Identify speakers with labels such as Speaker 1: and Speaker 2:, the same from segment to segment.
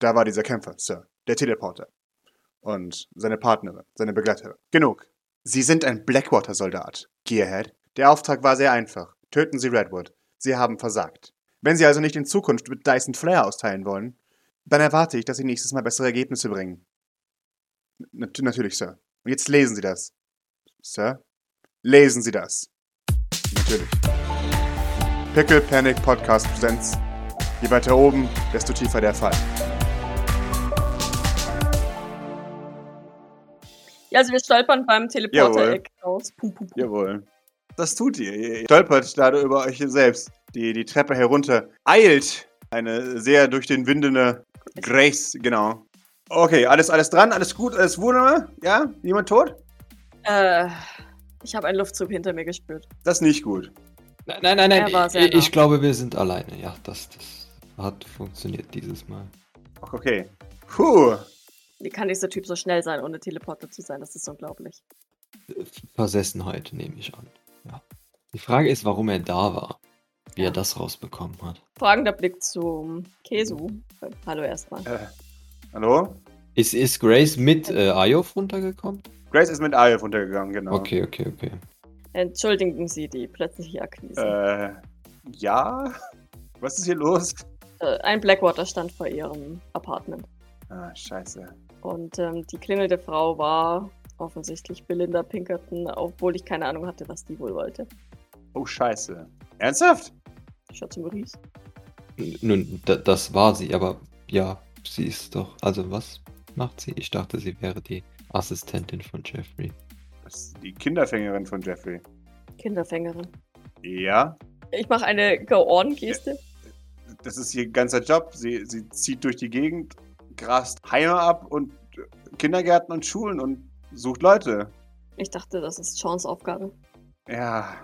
Speaker 1: Da war dieser Kämpfer, Sir, der Teleporter. Und seine Partnerin, seine Begleiterin. Genug. Sie sind ein Blackwater-Soldat, Gearhead. Der Auftrag war sehr einfach. Töten Sie Redwood. Sie haben versagt. Wenn Sie also nicht in Zukunft mit Dyson Flair austeilen wollen, dann erwarte ich, dass Sie nächstes Mal bessere Ergebnisse bringen. Nat natürlich, Sir. Und jetzt lesen Sie das. Sir? Lesen Sie das. Natürlich. Pickle Panic Podcast Presents. Je weiter oben, desto tiefer der Fall.
Speaker 2: Ja, also wir stolpern beim Teleporter-Eck raus. Pum, pum, pum.
Speaker 1: Jawohl. Das tut ihr. Ihr stolpert dadurch über euch selbst die, die Treppe herunter. Eilt eine sehr durch den windende Grace, genau. Okay, alles, alles dran, alles gut, alles wunderbar? Ja? Niemand tot?
Speaker 2: Äh, ich habe einen Luftzug hinter mir gespürt.
Speaker 1: Das ist nicht gut.
Speaker 3: Nein, nein, nein,
Speaker 2: Er war
Speaker 3: nein.
Speaker 2: sehr
Speaker 3: Ich,
Speaker 2: nah.
Speaker 3: ich glaube, wir sind alleine. Ja, das, das hat funktioniert dieses Mal.
Speaker 1: Okay. Puh.
Speaker 2: Wie kann dieser Typ so schnell sein, ohne Teleporter zu sein? Das ist unglaublich.
Speaker 3: Versessenheit nehme ich an. Ja. Die Frage ist, warum er da war. Wie
Speaker 2: Ja.
Speaker 3: er das rausbekommen hat.
Speaker 2: Fragender Blick zum Kesu. Äh, Hallo erstmal.
Speaker 1: Äh, hallo?
Speaker 3: Ist, ist Grace mit äh, Ayof runtergekommen?
Speaker 1: Grace ist mit Arif untergegangen, genau.
Speaker 3: Okay, okay, okay.
Speaker 2: Entschuldigen Sie die plötzliche Akquise.
Speaker 1: Äh, ja? Was ist hier los?
Speaker 2: Äh, Ein Blackwater stand vor Ihrem Apartment.
Speaker 1: Ah, scheiße.
Speaker 2: Und ähm, die klingelnde Frau war offensichtlich Belinda Pinkerton, obwohl ich keine Ahnung hatte, was die wohl wollte.
Speaker 1: Oh, scheiße. Ernsthaft?
Speaker 2: Schaut zum Ries.
Speaker 3: N- Nun, da, das war sie, aber ja, sie ist doch. Also, was macht sie? Ich dachte, sie wäre die Assistentin von Jeffrey.
Speaker 1: Das ist die Kinderfängerin von Jeffrey.
Speaker 2: Kinderfängerin.
Speaker 1: Ja?
Speaker 2: Ich mache eine Go-On-Geste.
Speaker 1: Das ist ihr ganzer Job. Sie, sie zieht durch die Gegend, grast Heime ab und äh, Kindergärten und Schulen und sucht Leute.
Speaker 2: Ich dachte, das ist Sean's Aufgabe.
Speaker 1: Ja.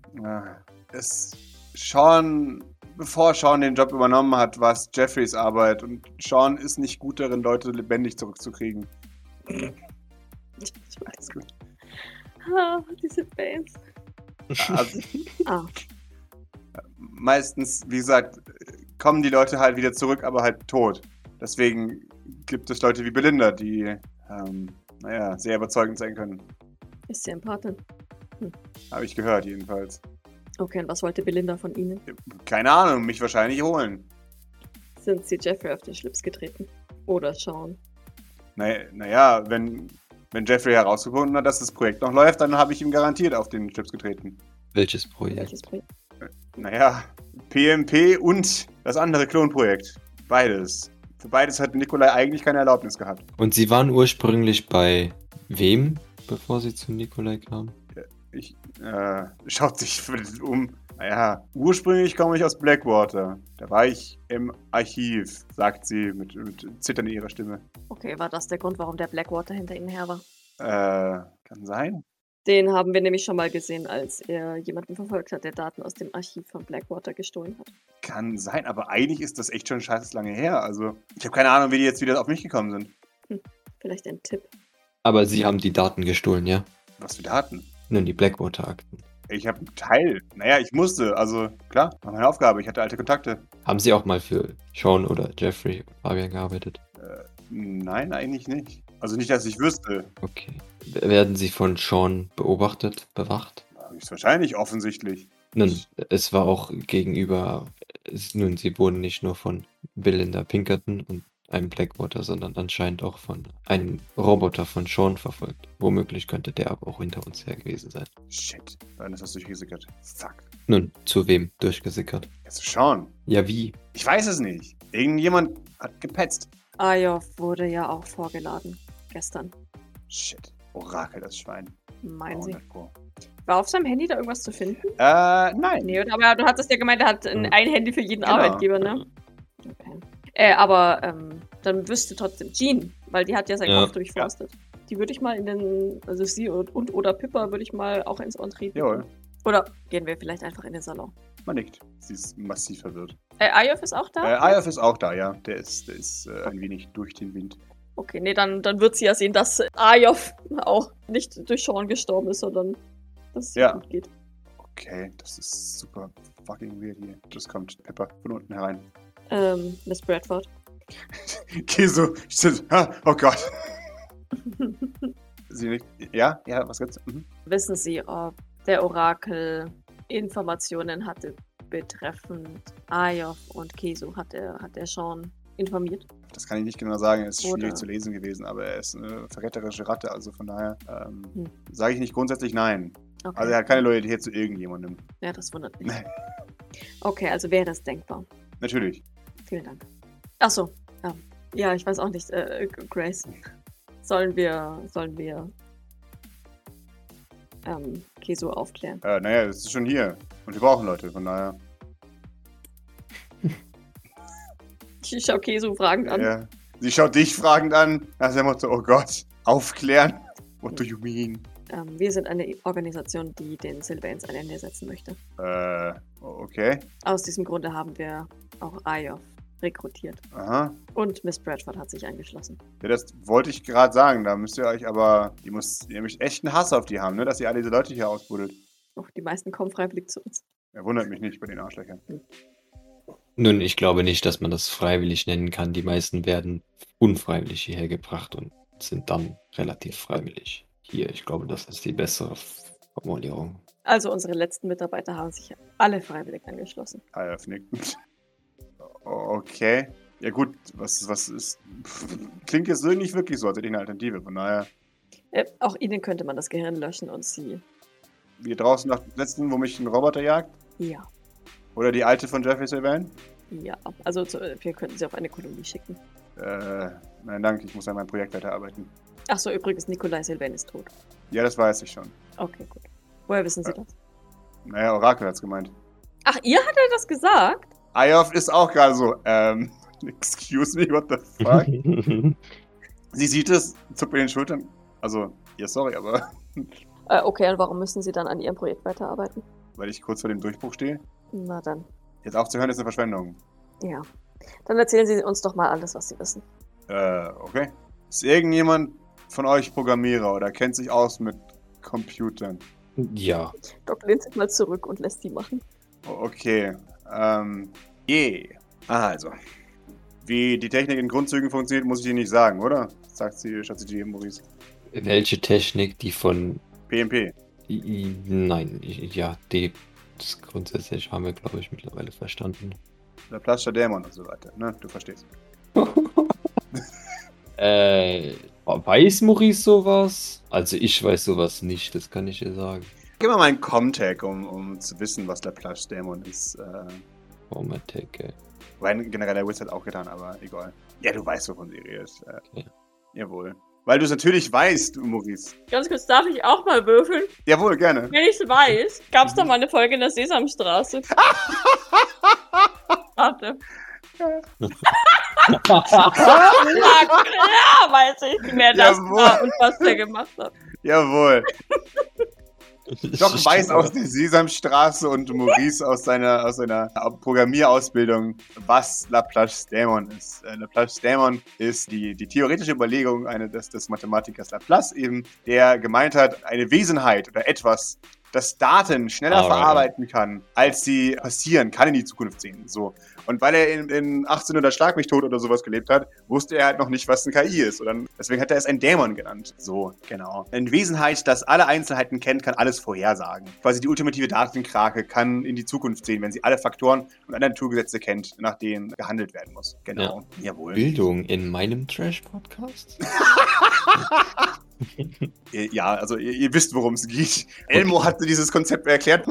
Speaker 1: ja. Es Sean, bevor Sean den Job übernommen hat, war es Jeffreys Arbeit und Sean ist nicht gut darin, Leute lebendig zurückzukriegen.
Speaker 2: Ich weiß.
Speaker 1: Alles gut.
Speaker 2: Ah, diese Bands.
Speaker 1: Also,
Speaker 2: Ah,
Speaker 1: meistens, wie gesagt, kommen die Leute halt wieder zurück, aber halt tot. Deswegen gibt es Leute wie Belinda, die, ähm, naja, sehr überzeugend sein können.
Speaker 2: ist sie Empathin?
Speaker 1: Habe ich gehört, jedenfalls.
Speaker 2: Okay, und was wollte Belinda von Ihnen?
Speaker 1: Keine Ahnung, mich wahrscheinlich holen.
Speaker 2: Sind Sie Jeffrey auf den Schlips getreten? Oder Sean?
Speaker 1: Naja, naja wenn, wenn Jeffrey herausgefunden hat, dass das Projekt noch läuft, dann habe ich ihm garantiert auf den Chips getreten.
Speaker 3: Welches Projekt?
Speaker 2: Welches Projekt?
Speaker 1: Naja, PMP und das andere Klonprojekt. Beides. Für beides hat Nikolai eigentlich keine Erlaubnis gehabt.
Speaker 3: Und sie waren ursprünglich bei wem, bevor sie zu Nikolai kam?
Speaker 1: Ich, äh, schaut sich um. Naja, ursprünglich komme ich aus Blackwater. Da war ich im Archiv, sagt sie mit, mit Zittern in ihrer Stimme.
Speaker 2: Okay, war das der Grund, warum der Blackwater hinter Ihnen her war?
Speaker 1: Äh, kann sein.
Speaker 2: Den haben wir nämlich schon mal gesehen, als er jemanden verfolgt hat, der Daten aus dem Archiv von Blackwater gestohlen hat.
Speaker 1: Kann sein, aber eigentlich ist das echt schon scheiße lange her. Also, ich habe keine Ahnung, wie die jetzt wieder auf mich gekommen sind.
Speaker 2: Vielleicht ein Tipp.
Speaker 3: Aber sie haben die Daten gestohlen, ja?
Speaker 1: Was für Daten?
Speaker 3: Nun, die Blackwater-Akten.
Speaker 1: Ich habe einen Teil. Naja, ich musste. Also, klar, war meine Aufgabe. Ich hatte alte Kontakte.
Speaker 3: Haben sie auch mal für Sean oder Jeffrey und Fabian gearbeitet?
Speaker 1: Nein, eigentlich nicht. Also nicht, dass ich wüsste.
Speaker 3: Okay. W- Werden sie von Sean beobachtet, bewacht?
Speaker 1: Höchstwahrscheinlich, offensichtlich.
Speaker 3: Nun, es war auch gegenüber. Es, nun, sie wurden nicht nur von Belinda Pinkerton und einem Blackwater, sondern anscheinend auch von einem Roboter von Sean verfolgt. Womöglich könnte der aber auch hinter uns her gewesen sein.
Speaker 1: Shit, dann ist das durchgesickert. Fuck.
Speaker 3: Nun, zu wem durchgesickert?
Speaker 1: Jetzt schauen.
Speaker 3: Ja, wie?
Speaker 1: Ich weiß es nicht. Irgendjemand hat gepetzt.
Speaker 2: Ayov wurde ja auch vorgeladen. Gestern.
Speaker 1: Shit. Orakel, das Schwein.
Speaker 2: Meinen Sie?
Speaker 1: 100 Pro.
Speaker 2: War auf seinem Handy da irgendwas zu finden?
Speaker 1: Äh, nein.
Speaker 2: Nee, oder? aber du hattest ja gemeint, er hat ein,
Speaker 3: Mhm.
Speaker 2: ein Handy für jeden
Speaker 1: Genau.
Speaker 2: Arbeitgeber, ne? Okay. Äh, aber ähm, dann wüsste trotzdem Jean, weil die hat ja seinen
Speaker 3: Ja.
Speaker 2: Kopf durchforstet. Die würde ich mal in den, also sie und, und oder Pippa würde ich mal auch ins Ohr treten.
Speaker 1: Jawohl,
Speaker 2: Oder gehen wir vielleicht einfach in den Salon.
Speaker 1: man nickt. Sie ist massiv verwirrt.
Speaker 2: Äh, Ayov ist auch da?
Speaker 1: Äh, Ayaf ist auch da, ja. Der ist, der ist äh, ein wenig durch den Wind.
Speaker 2: Okay, nee, dann, dann wird sie ja sehen, dass Ayov auch nicht durch Sean gestorben ist, sondern dass es ihm
Speaker 1: Ja.
Speaker 2: gut geht.
Speaker 1: Okay, das ist super fucking weird hier. Das kommt Pepper von unten herein.
Speaker 2: Ähm, Miss Bradford.
Speaker 1: Geh so, ha, oh Gott. Sie nickt. Ja, ja, was gibt's? Mhm.
Speaker 2: Wissen Sie, ob der Orakel Informationen hatte betreffend Ayov und Kesu? Hat er, hat er schon informiert?
Speaker 1: Das kann ich nicht genau sagen, es ist
Speaker 2: Oder-
Speaker 1: schwierig zu lesen gewesen, aber er ist eine verräterische Ratte, also von daher ähm,
Speaker 2: Hm.
Speaker 1: sage ich nicht grundsätzlich nein.
Speaker 2: Okay.
Speaker 1: Also er hat keine Loyalität zu irgendjemandem.
Speaker 2: ja, das wundert mich. Okay, also wäre es denkbar.
Speaker 1: Natürlich.
Speaker 2: Vielen Dank. Achso, ja. ja, ich weiß auch nicht, äh, G- Grace. Sollen wir, sollen wir ähm, Kesu aufklären?
Speaker 1: Äh, naja, das ist schon hier. Und wir brauchen Leute, von daher.
Speaker 2: Ich schau Kesu fragend an.
Speaker 1: Ja. Sie schaut dich fragend an, nach dem Motto, oh Gott, aufklären. What do you mean?
Speaker 2: Ähm, wir sind eine Organisation, die den Silvains ein Ende setzen möchte.
Speaker 1: Äh, okay.
Speaker 2: Aus diesem Grunde haben wir auch Ayov rekrutiert.
Speaker 1: Aha.
Speaker 2: Und Miss Bradford hat sich angeschlossen.
Speaker 1: Ja, das wollte ich gerade sagen. Da müsst ihr euch aber. Ihr müsst, ihr müsst echt einen Hass auf die haben, ne? Dass ihr alle diese Leute hier ausbuddelt.
Speaker 2: Oh, die meisten kommen freiwillig zu uns.
Speaker 1: Er wundert mich nicht bei den Arschlöchern.
Speaker 3: Nun, ich glaube nicht, dass man das freiwillig nennen kann. Die meisten werden unfreiwillig hierher gebracht und sind dann relativ freiwillig hier. Ich glaube, das ist die bessere Formulierung.
Speaker 2: Also unsere letzten Mitarbeiter haben sich alle freiwillig angeschlossen.
Speaker 1: Alf nickt. Ah, Okay. Ja, gut, was, was ist. Klingt jetzt so nicht wirklich so, als hätte ich eine Alternative. Von daher.
Speaker 2: Äh, auch ihnen könnte man das Gehirn löschen und sie.
Speaker 1: Wie draußen nach dem letzten, wo mich ein Roboter jagt?
Speaker 2: Ja,
Speaker 1: Oder die alte von Jeffrey Sylvain?
Speaker 2: ja. Also zu, wir könnten sie auf eine Kolonie schicken.
Speaker 1: Äh, nein, danke, ich muss an meinem Projekt weiterarbeiten.
Speaker 2: Achso, übrigens, Nikolai Sylvain ist tot.
Speaker 1: Ja, das weiß ich schon.
Speaker 2: Okay, gut. Woher wissen Sie
Speaker 1: Äh.
Speaker 2: das?
Speaker 1: Naja, Orakel hat's gemeint.
Speaker 2: Ach, ihr hat er das gesagt?
Speaker 1: Ayov ist auch gerade so, ähm, excuse me, what the fuck? Sie sieht es, zuckt mit den Schultern. Also, ja, sorry, aber
Speaker 2: Äh, okay, und warum müssen Sie dann an Ihrem Projekt weiterarbeiten?
Speaker 1: weil ich kurz vor dem Durchbruch stehe.
Speaker 2: Na dann,
Speaker 1: Jetzt aufzuhören ist eine Verschwendung.
Speaker 2: ja. Dann erzählen Sie uns doch mal alles, was Sie wissen.
Speaker 1: Äh, okay. Ist irgendjemand von euch Programmierer oder kennt sich aus mit Computern?
Speaker 3: ja,
Speaker 2: Doc lehnt sich mal zurück und lässt sie machen.
Speaker 1: O- Okay. Ähm, je. Ah, also. Wie die Technik in Grundzügen funktioniert, muss ich dir nicht sagen, oder? Sagt sie, schaut sie die Maurice.
Speaker 3: welche Technik, die von.
Speaker 1: PMP.
Speaker 3: I- I- Nein, ich- ja, die. Das grundsätzlich haben wir, glaube ich, mittlerweile verstanden.
Speaker 1: Laplascher Dämon und so weiter, ne? Du verstehst.
Speaker 3: Äh, weiß Maurice sowas? Also, ich weiß sowas nicht, das kann ich dir sagen.
Speaker 1: Gib mir mal einen Comtag, um, um zu wissen, was Laplash Dämon ist. Äh,
Speaker 3: Formatec, ey.
Speaker 1: wobei generell der Wiz hat auch getan, aber egal. Ja, du weißt, wovon sie redet. Äh,
Speaker 3: Okay.
Speaker 1: Jawohl. Weil du es natürlich weißt, Maurice.
Speaker 2: Ganz kurz, darf ich auch mal würfeln?
Speaker 1: Jawohl, gerne.
Speaker 2: Wenn ich es weiß, gab es da mal eine Folge in der Sesamstraße. Warte. Na klar, weiß ich, wer das
Speaker 1: Jawohl.
Speaker 2: war und was der gemacht hat.
Speaker 1: Jawohl. Doc
Speaker 3: Ich-
Speaker 1: Weiß aus der Sesamstraße und Maurice aus seiner, aus seiner Programmierausbildung, was Laplace Dämon ist. Äh, Laplace Dämon ist die, die theoretische Überlegung eine, des, des Mathematikers Laplace eben, der gemeint hat, eine Wesenheit oder etwas, das Daten schneller
Speaker 3: Alright.
Speaker 1: verarbeiten kann, als sie passieren, kann in die Zukunft sehen. So. Und weil er in, in 1800 Schlag mich tot oder sowas gelebt hat, wusste er halt noch nicht, was ein KI ist. Oder deswegen hat er es ein Dämon genannt. So, genau. Ein Wesenheit, das alle Einzelheiten kennt, kann alles vorhersagen. Quasi die ultimative Datenkrake kann in die Zukunft sehen, wenn sie alle Faktoren und alle Naturgesetze kennt, nach denen gehandelt werden muss. Genau. Jawohl.
Speaker 3: Bildung in meinem Trash-Podcast?
Speaker 1: Äh, Ja, also ihr, ihr wisst, worum es geht. Elmo hatte dieses Konzept erklärt.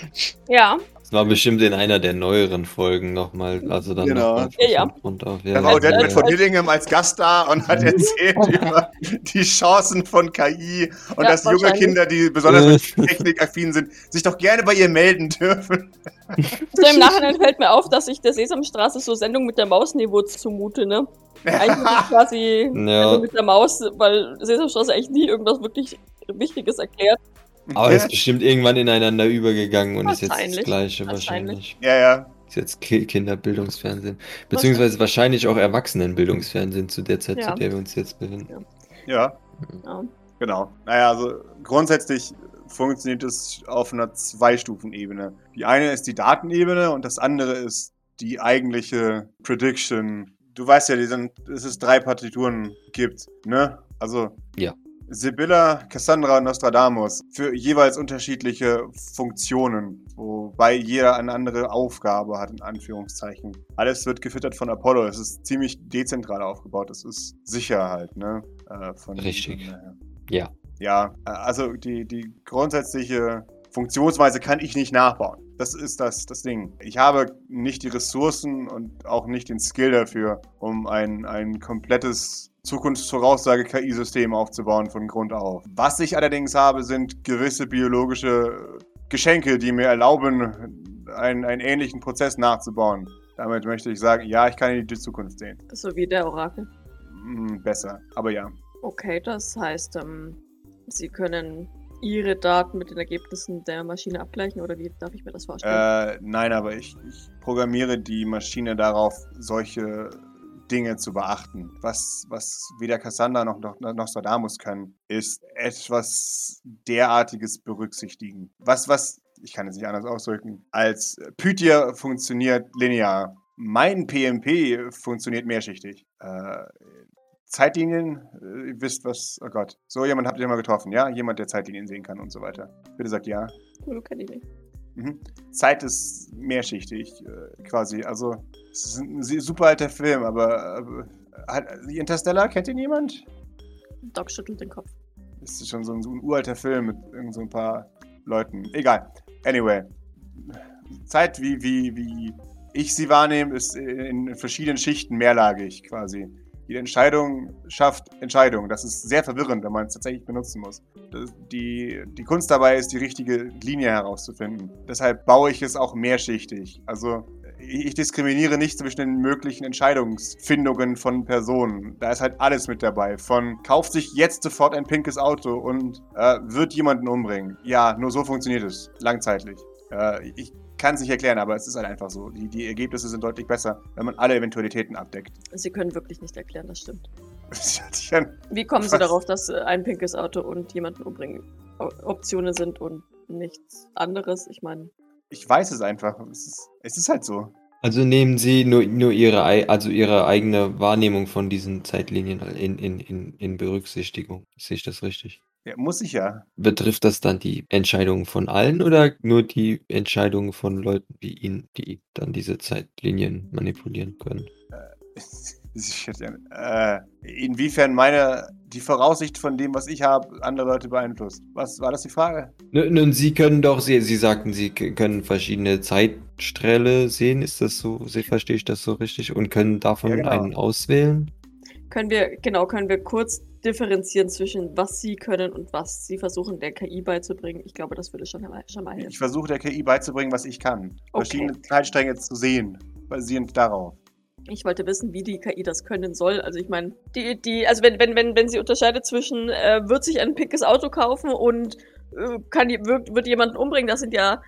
Speaker 2: Ja,
Speaker 3: Das war bestimmt in einer der neueren Folgen nochmal. Also dann
Speaker 1: Genau.
Speaker 3: noch mal
Speaker 2: Ja, ja.
Speaker 3: von Grund auf. Ja,
Speaker 1: Da war
Speaker 2: Also,
Speaker 1: Odette
Speaker 2: äh,
Speaker 1: mit von Dillingham als Gast da und hat erzählt über die Chancen von KI und
Speaker 2: Ja,
Speaker 1: dass junge
Speaker 2: wahrscheinlich.
Speaker 1: Kinder, die besonders mit Technik affin sind, sich doch gerne bei ihr melden dürfen.
Speaker 2: so im Nachhinein fällt mir auf, dass ich der Sesamstraße so Sendung mit der Maus niveau zumute, ne? Eigentlich ist es quasi
Speaker 3: Ja.
Speaker 2: also mit der Maus, weil Sesamstraße eigentlich nie irgendwas wirklich Wichtiges erklärt.
Speaker 3: Aber ist bestimmt irgendwann ineinander übergegangen und ist jetzt das
Speaker 2: Wahrscheinlich,
Speaker 3: gleiche
Speaker 2: wahrscheinlich.
Speaker 3: wahrscheinlich.
Speaker 1: ja, ja.
Speaker 3: Ist jetzt Ki- Kinderbildungsfernsehen. Beziehungsweise wahrscheinlich auch Erwachsenenbildungsfernsehen zu der Zeit,
Speaker 2: Ja.
Speaker 3: zu der wir uns jetzt befinden.
Speaker 1: Ja.
Speaker 2: Ja.
Speaker 1: Genau. Naja, also grundsätzlich funktioniert es auf einer Zwei-Stufen-Ebene. Die eine ist die Datenebene und das andere ist die eigentliche Prediction du weißt ja, die sind, dass es drei Partituren gibt, ne? Also.
Speaker 3: Ja.
Speaker 1: Sibylla, Cassandra und Nostradamus für jeweils unterschiedliche Funktionen, wobei jeder eine andere Aufgabe hat, in Anführungszeichen. Alles wird gefüttert von Apollo. Es ist ziemlich dezentral aufgebaut. Es ist sicher halt, ne? Äh, von
Speaker 3: Richtig.
Speaker 1: daher.
Speaker 3: Ja.
Speaker 1: Ja, äh, also die, die grundsätzliche Funktionsweise kann ich nicht nachbauen. Das ist das, das Ding. Ich habe nicht die Ressourcen und auch nicht den Skill dafür, um ein, ein komplettes Zukunftsvoraussage-KI-System aufzubauen von Grund auf. Was ich allerdings habe, sind gewisse biologische Geschenke, die mir erlauben, einen, einen ähnlichen Prozess nachzubauen. Damit möchte ich sagen, ja, ich kann in die Zukunft sehen.
Speaker 2: So wie der Orakel.
Speaker 1: Hm, besser, aber ja.
Speaker 2: Okay, das heißt, ähm, Sie können Ihre Daten mit den Ergebnissen der Maschine abgleichen oder wie darf ich mir das vorstellen?
Speaker 1: Äh, nein, aber ich, ich programmiere die Maschine darauf, solche Dinge zu beachten. Was, was weder Cassandra noch, noch noch Nostradamus können, ist etwas derartiges berücksichtigen. Was, was, ich kann es nicht anders ausdrücken, als Pythia funktioniert linear. Mein PMP funktioniert mehrschichtig. Äh, Zeitlinien, äh, ihr wisst was, oh Gott. So jemand habt ihr mal getroffen, ja? Jemand, der Zeitlinien sehen kann und so weiter. Bitte sagt ja.
Speaker 2: Cool, kenn ich nicht.
Speaker 1: Mhm. Zeit ist mehrschichtig, äh, quasi. Also, es ist ein se- super alter Film, aber äh, hat, Interstellar, kennt ihn jemand?
Speaker 2: Doc schüttelt den Kopf.
Speaker 1: Das ist schon so ein, so ein uralter Film mit irgend so ein paar Leuten. Egal. Anyway. Zeit, wie, wie, wie ich sie wahrnehme, ist in verschiedenen Schichten mehrlagig quasi. Jede Entscheidung schafft Entscheidung. Das ist sehr verwirrend, wenn man es tatsächlich benutzen muss. Das, die, die Kunst dabei ist, die richtige Linie herauszufinden. Deshalb baue ich es auch mehrschichtig. Also ich ich diskriminiere nicht zwischen den möglichen Entscheidungsfindungen von Personen. Da ist halt alles mit dabei. Von kauft sich jetzt sofort ein pinkes Auto und äh, wird jemanden umbringen. Ja, nur so funktioniert es. Langzeitlich. Äh, ich kann es nicht erklären, aber es ist halt einfach so. Die, die Ergebnisse sind deutlich besser, wenn man alle Eventualitäten abdeckt.
Speaker 2: Sie können wirklich nicht erklären, das stimmt.
Speaker 1: Tja,
Speaker 2: Wie kommen Sie
Speaker 1: Was?
Speaker 2: darauf, dass äh, ein pinkes Auto und jemanden umbringen O- Optionen sind und nichts anderes? Ich meine,
Speaker 1: ich weiß es einfach. Es ist, es ist halt so.
Speaker 3: Also nehmen Sie nur, nur ihre, ei- also ihre eigene Wahrnehmung von diesen Zeitlinien in, in, in, in Berücksichtigung. Sehe ich das richtig?
Speaker 1: Ja, muss ich ja.
Speaker 3: Betrifft das dann die Entscheidungen von allen oder nur die Entscheidungen von Leuten wie Ihnen, die dann diese Zeitlinien manipulieren können?
Speaker 1: Shit, ja. äh, inwiefern meine die Voraussicht von dem, was ich habe, andere Leute beeinflusst? Was war das die Frage?
Speaker 3: Nun, nun, Sie können doch, Sie, Sie sagten, Sie k- können verschiedene Zeitsträhle sehen, ist das so, Sie, verstehe ich das so richtig? Und können davon
Speaker 1: Ja, genau.
Speaker 3: einen auswählen?
Speaker 2: können wir, genau, können wir kurz differenzieren zwischen was Sie können und was Sie versuchen, der KI beizubringen? Ich glaube, das würde schon mal, schon mal
Speaker 1: Ich
Speaker 2: helfen.
Speaker 1: versuche der KI beizubringen, was ich kann.
Speaker 2: Also Okay.
Speaker 1: Verschiedene Zeitstränge zu sehen, basierend darauf.
Speaker 2: Ich wollte wissen, wie die KI das können soll. Also ich meine, die, die, also wenn, wenn, wenn, wenn sie unterscheidet zwischen, äh, wird sich ein pinkes Auto kaufen und äh, kann, die- wird, wird jemanden umbringen, das sind ja,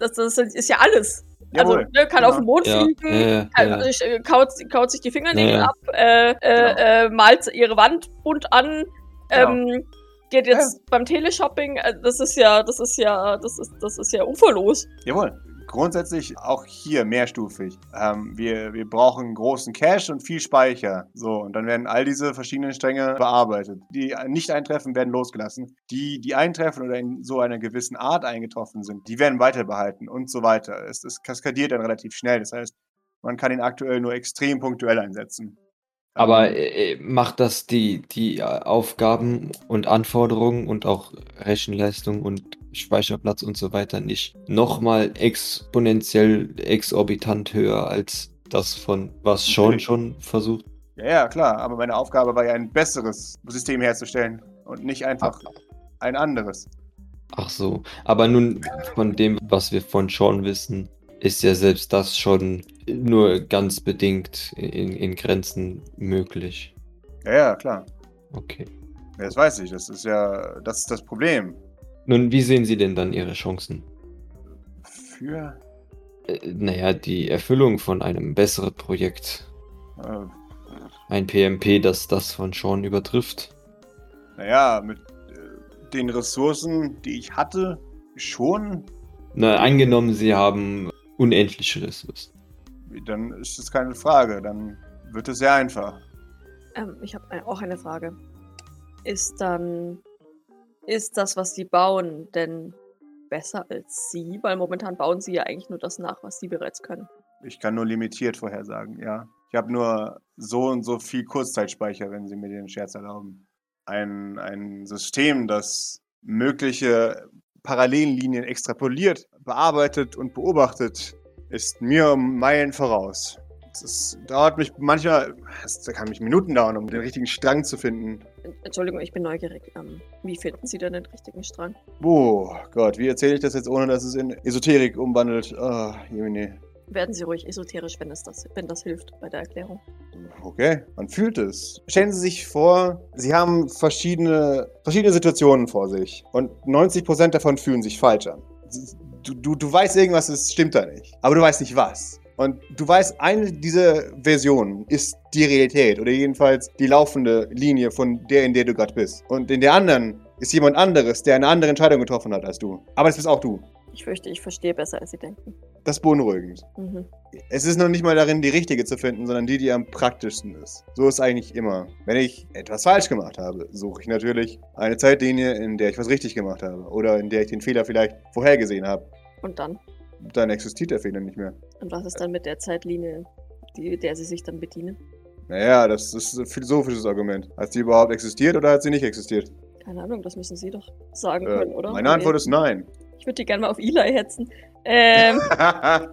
Speaker 2: das, das ist ja alles.
Speaker 1: Jawohl.
Speaker 2: Also, ne, kann
Speaker 1: genau.
Speaker 2: auf den Mond
Speaker 3: Ja,
Speaker 2: fliegen,
Speaker 3: ja,
Speaker 2: kann,
Speaker 1: Also,
Speaker 3: ja.
Speaker 2: sich, äh, kaut, kaut sich die Fingernägel
Speaker 3: Ja, ja.
Speaker 2: ab, äh, äh, äh, malt ihre Wand bunt an, ähm, geht jetzt beim Teleshopping, äh, das ist ja, das ist ja, das ist, das ist ja uferlos.
Speaker 1: Jawohl. Grundsätzlich auch hier mehrstufig. Ähm, wir, wir brauchen großen Cache und viel Speicher. So, und dann werden all diese verschiedenen Stränge bearbeitet. Die nicht eintreffen, werden losgelassen. Die, die eintreffen oder in so einer gewissen Art eingetroffen sind, die werden weiterbehalten und so weiter. Es, es kaskadiert dann relativ schnell. Das heißt, man kann ihn aktuell nur extrem punktuell einsetzen. Ähm,
Speaker 3: Aber äh, äh, macht das die, die äh, Aufgaben und Anforderungen und auch Rechenleistung und Speicherplatz und so weiter nicht nochmal exponentiell exorbitant höher als das von, was Sean
Speaker 1: Natürlich.
Speaker 3: schon versucht?
Speaker 1: Ja, ja, klar, aber meine Aufgabe war ja ein besseres System herzustellen und nicht einfach ein anderes.
Speaker 3: Ach so. Aber nun, von dem, was wir von Sean wissen, ist ja selbst das schon nur ganz bedingt in, in Grenzen möglich.
Speaker 1: Ja, ja, klar.
Speaker 3: Okay.
Speaker 1: Ja, das weiß ich. Das ist ja, das ist das Problem.
Speaker 3: Nun, wie sehen Sie denn dann Ihre Chancen?
Speaker 1: Für
Speaker 3: Äh, naja, die Erfüllung von einem besseren Projekt.
Speaker 1: Äh,
Speaker 3: Ein PMP, das das von Sean übertrifft.
Speaker 1: naja, mit äh, den Ressourcen, die ich hatte, schon.
Speaker 3: Na, angenommen, Sie haben unendliche Ressourcen.
Speaker 1: Dann ist das keine Frage. Dann wird es sehr einfach.
Speaker 2: Ähm, ich habe ein, auch eine Frage. Ist dann. Ist das, was sie bauen, denn besser als sie? Weil momentan bauen sie ja eigentlich nur das nach, was sie bereits können.
Speaker 1: Ich kann nur limitiert vorhersagen, ja. Ich habe nur so und so viel Kurzzeitspeicher, wenn Sie mir den Scherz erlauben. Ein, ein System, das mögliche Parallellinien extrapoliert, bearbeitet und beobachtet, ist mir um Meilen voraus. Es ist- dauert mich manchmal, es kann mich Minuten dauern, um den richtigen Strang zu finden.
Speaker 2: Ent- Entschuldigung, ich bin neugierig. Ähm, wie finden sie denn den richtigen Strang?
Speaker 1: Oh Gott, wie erzähle ich das jetzt, ohne dass es in Esoterik umwandelt? Ah, Jemine.
Speaker 2: Werden sie ruhig esoterisch, wenn, es das, wenn das hilft bei der Erklärung.
Speaker 1: Okay, man fühlt es. Stellen Sie sich vor, Sie haben verschiedene, verschiedene Situationen vor sich und 90% davon fühlen sich falsch an. Du, du, du weißt irgendwas, es stimmt da nicht, aber du weißt nicht was. Und du weißt, eine dieser Versionen ist die Realität oder jedenfalls die laufende Linie von der, in der du gerade bist. Und in der anderen ist jemand anderes, der eine andere Entscheidung getroffen hat als du. Aber das bist auch du.
Speaker 2: Ich fürchte, ich verstehe besser, als sie denken.
Speaker 1: Das ist beunruhigend.
Speaker 2: Mhm.
Speaker 1: Es ist noch nicht mal darin, die richtige zu finden, sondern die, die am praktischsten ist. So ist eigentlich immer. Wenn ich etwas falsch gemacht habe, suche ich natürlich eine Zeitlinie, in der ich was richtig gemacht habe oder in der ich den Fehler vielleicht vorhergesehen habe.
Speaker 2: Und dann?
Speaker 1: Dann existiert der Fehler nicht mehr.
Speaker 2: Und was ist dann mit der Zeitlinie, die, der sie sich dann bedienen?
Speaker 1: Naja, das ist ein philosophisches Argument. Hat sie überhaupt existiert oder hat sie nicht existiert?
Speaker 2: Keine Ahnung, das müssen sie doch sagen
Speaker 1: Äh,
Speaker 2: können, oder?
Speaker 1: meine Antwort ist nein.
Speaker 2: Ich würde die gerne mal auf Eli hetzen. Ähm,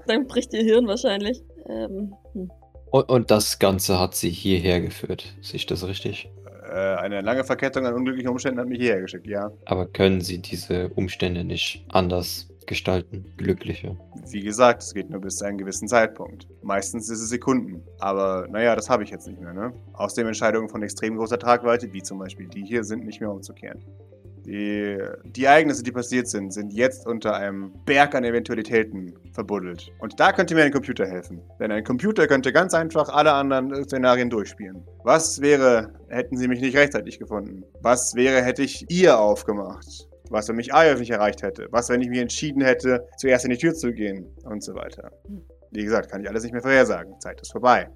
Speaker 2: dann bricht ihr Hirn wahrscheinlich. Ähm, hm.
Speaker 3: Und, und das Ganze hat sie hierher geführt. Sehe ich das richtig?
Speaker 1: äh, eine lange Verkettung an unglücklichen Umständen hat mich hierher geschickt, ja.
Speaker 3: Aber können sie diese Umstände nicht anders gestalten? Glücklicher.
Speaker 1: Wie gesagt, es geht nur bis zu einem gewissen Zeitpunkt. Meistens ist es Sekunden. Aber naja, das habe ich jetzt nicht mehr, ne? Außerdem Entscheidungen von extrem großer Tragweite, wie zum Beispiel die hier, sind nicht mehr umzukehren. Die, die Ereignisse, die passiert sind, sind jetzt unter einem Berg an Eventualitäten verbuddelt. Und da könnte mir ein Computer helfen. Denn ein Computer könnte ganz einfach alle anderen Szenarien durchspielen. Was wäre, hätten sie mich nicht rechtzeitig gefunden? Was wäre, hätte ich ihr aufgemacht? Was, wenn mich Ayov nicht erreicht hätte? Was, wenn ich mich entschieden hätte, zuerst in die Tür zu gehen? Und so weiter. Wie gesagt, kann ich alles nicht mehr vorhersagen. Zeit ist vorbei.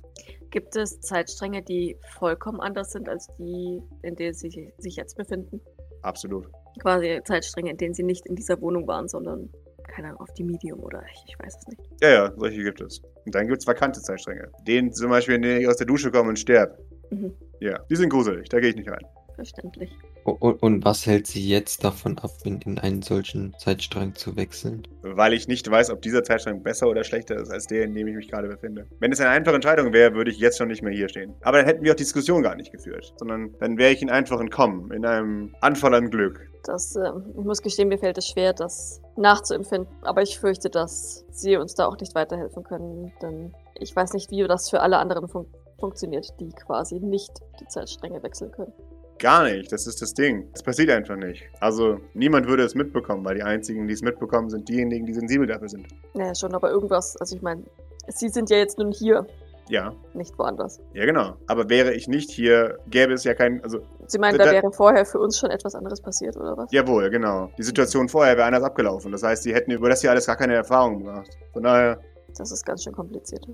Speaker 2: Gibt es Zeitstränge, die vollkommen anders sind als die, in denen sie sich jetzt befinden?
Speaker 1: Absolut.
Speaker 2: Quasi Zeitstränge, in denen sie nicht in dieser Wohnung waren, sondern, keine Ahnung, auf die Medium oder ich, ich weiß es nicht.
Speaker 1: Ja, ja, solche gibt es. Und dann gibt es vakante Zeitstränge. Den zum Beispiel, in denen ich aus der Dusche komme und sterbe.
Speaker 2: Mhm.
Speaker 1: Ja, die sind gruselig, da gehe ich nicht rein.
Speaker 2: Verständlich.
Speaker 3: Und, und was hält sie jetzt davon ab, in, in einen solchen Zeitstrang zu wechseln?
Speaker 1: Weil ich nicht weiß, ob dieser Zeitstrang besser oder schlechter ist als der, in dem ich mich gerade befinde. Wenn es eine einfache Entscheidung wäre, würde ich jetzt schon nicht mehr hier stehen. Aber dann hätten wir auch die Diskussion gar nicht geführt, sondern dann wäre ich in einfachen Kommen, in einem Anfall an Glück.
Speaker 2: Das, ähm, ich muss gestehen, mir fällt es schwer, das nachzuempfinden. Aber ich fürchte, dass sie uns da auch nicht weiterhelfen können, denn ich weiß nicht, wie das für alle anderen fun funktioniert, die quasi nicht die Zeitstränge wechseln können.
Speaker 1: Gar nicht, das ist das Ding. Das passiert einfach nicht. Also niemand würde es mitbekommen, weil die einzigen, die es mitbekommen, sind diejenigen, die sensibel dafür sind.
Speaker 2: Naja, schon, aber irgendwas, also ich meine, sie sind ja jetzt nun hier,
Speaker 1: Ja,
Speaker 2: nicht woanders.
Speaker 1: ja genau. Aber wäre ich nicht hier, gäbe es ja keinen, also
Speaker 2: Sie meinen, da
Speaker 1: Da-
Speaker 2: wäre vorher für uns schon etwas anderes passiert, oder was?
Speaker 1: jawohl, genau. Die Situation vorher wäre anders abgelaufen. Das heißt, sie hätten über das hier alles gar keine Erfahrung gemacht. Von daher,
Speaker 2: Das ist ganz schön kompliziert,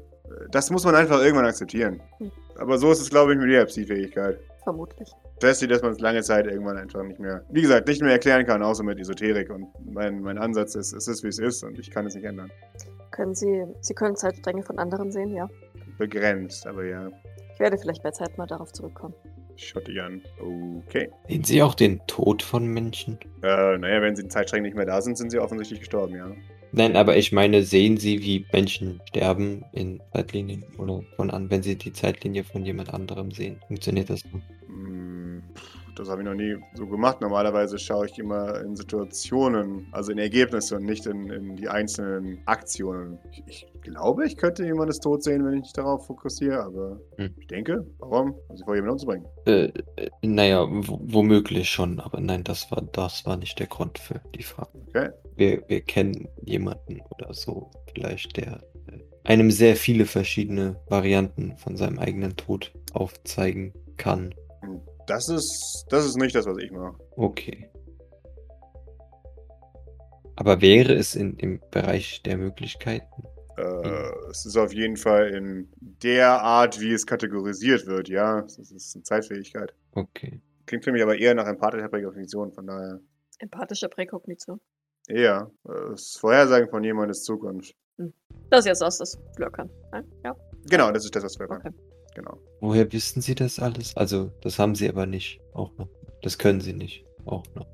Speaker 1: Das muss man einfach irgendwann akzeptieren.
Speaker 2: Hm.
Speaker 1: Aber so ist es, glaube ich, mit der Psi-Fähigkeit.
Speaker 2: vermutlich.
Speaker 1: Festi, dass man es lange Zeit irgendwann einfach nicht mehr, wie gesagt, nicht mehr erklären kann, außer mit Esoterik. Und mein, mein Ansatz ist, es ist, wie es ist und ich kann es nicht ändern.
Speaker 2: Können Sie, Sie können Zeitstränge von anderen sehen, ja.
Speaker 1: Begrenzt, aber ja.
Speaker 2: Ich werde vielleicht bei Zeit mal darauf zurückkommen.
Speaker 1: Schott dich an. Okay.
Speaker 3: Sehen sie auch den Tod von Menschen?
Speaker 1: Äh, naja, wenn sie in Zeitsträngen nicht mehr da sind, sind sie offensichtlich gestorben, ja.
Speaker 3: Nein, aber ich meine, sehen sie, wie Menschen sterben in Zeitlinien oder von an, wenn sie die Zeitlinie von jemand anderem sehen? Funktioniert das so?
Speaker 1: Hm, pff, Das habe ich noch nie so gemacht. Normalerweise schaue ich immer in Situationen, also in Ergebnisse und nicht in, in die einzelnen Aktionen. Ich, ich glaube, ich könnte jemandes Tod sehen, wenn ich darauf fokussiere, aber
Speaker 3: Hm.
Speaker 1: ich denke, warum? Um sie vor jemandem umzubringen.
Speaker 3: Äh, äh, naja, wo- womöglich schon, aber nein, das war, das war nicht der Grund für die Frage.
Speaker 1: Okay.
Speaker 3: Wir, wir kennen jemanden oder so, vielleicht, der äh, einem sehr viele verschiedene Varianten von seinem eigenen Tod aufzeigen kann.
Speaker 1: Hm, Das ist, das ist nicht das, was ich mache.
Speaker 3: Okay. Aber wäre es in, im Bereich der Möglichkeiten?
Speaker 1: Äh, es ist auf jeden Fall in der Art, wie es kategorisiert wird, ja. Es ist eine Zeitfähigkeit.
Speaker 3: Okay.
Speaker 1: Klingt für mich aber eher nach empathischer Präkognition, von daher.
Speaker 2: Empathische Präkognition.
Speaker 1: Eher. Äh, Das Vorhersagen von jemandes Zukunft.
Speaker 2: Das ist jetzt was, das Fleur kann. ne? Ja,
Speaker 1: Genau, das ist das, was wir machen.
Speaker 2: okay.
Speaker 1: Genau.
Speaker 3: Woher wüssten Sie das alles? Also, das haben Sie aber nicht. Auch noch. Das können Sie nicht. Auch noch.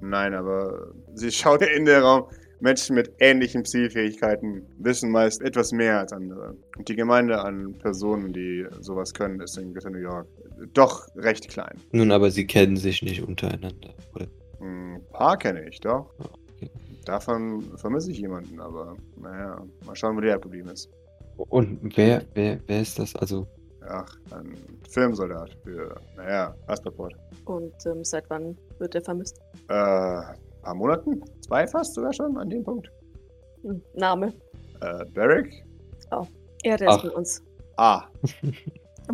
Speaker 1: Nein, aber äh, sie schaut in den Raum. Menschen mit ähnlichen Zielfähigkeiten wissen meist etwas mehr als andere. Und die Gemeinde an Personen, die sowas können, ist in Greater New York doch recht klein.
Speaker 3: Nun, aber Sie kennen sich nicht untereinander. Oder?
Speaker 1: Ein paar kenne ich, doch.
Speaker 3: Okay.
Speaker 1: Davon vermisse ich jemanden, aber naja, mal schauen, wo der abgeblieben ist.
Speaker 3: Und wer, wer, wer ist das? Also,
Speaker 1: Ach, ein Filmsoldat für, naja, Asperport.
Speaker 2: Und ähm, seit wann wird er vermisst?
Speaker 1: Äh, paar Monaten? Zwei fast sogar schon an dem Punkt.
Speaker 2: Hm, Name.
Speaker 1: Äh, Barrick?
Speaker 2: Ja, der ist
Speaker 3: Ach.
Speaker 2: mit uns.
Speaker 1: Ah.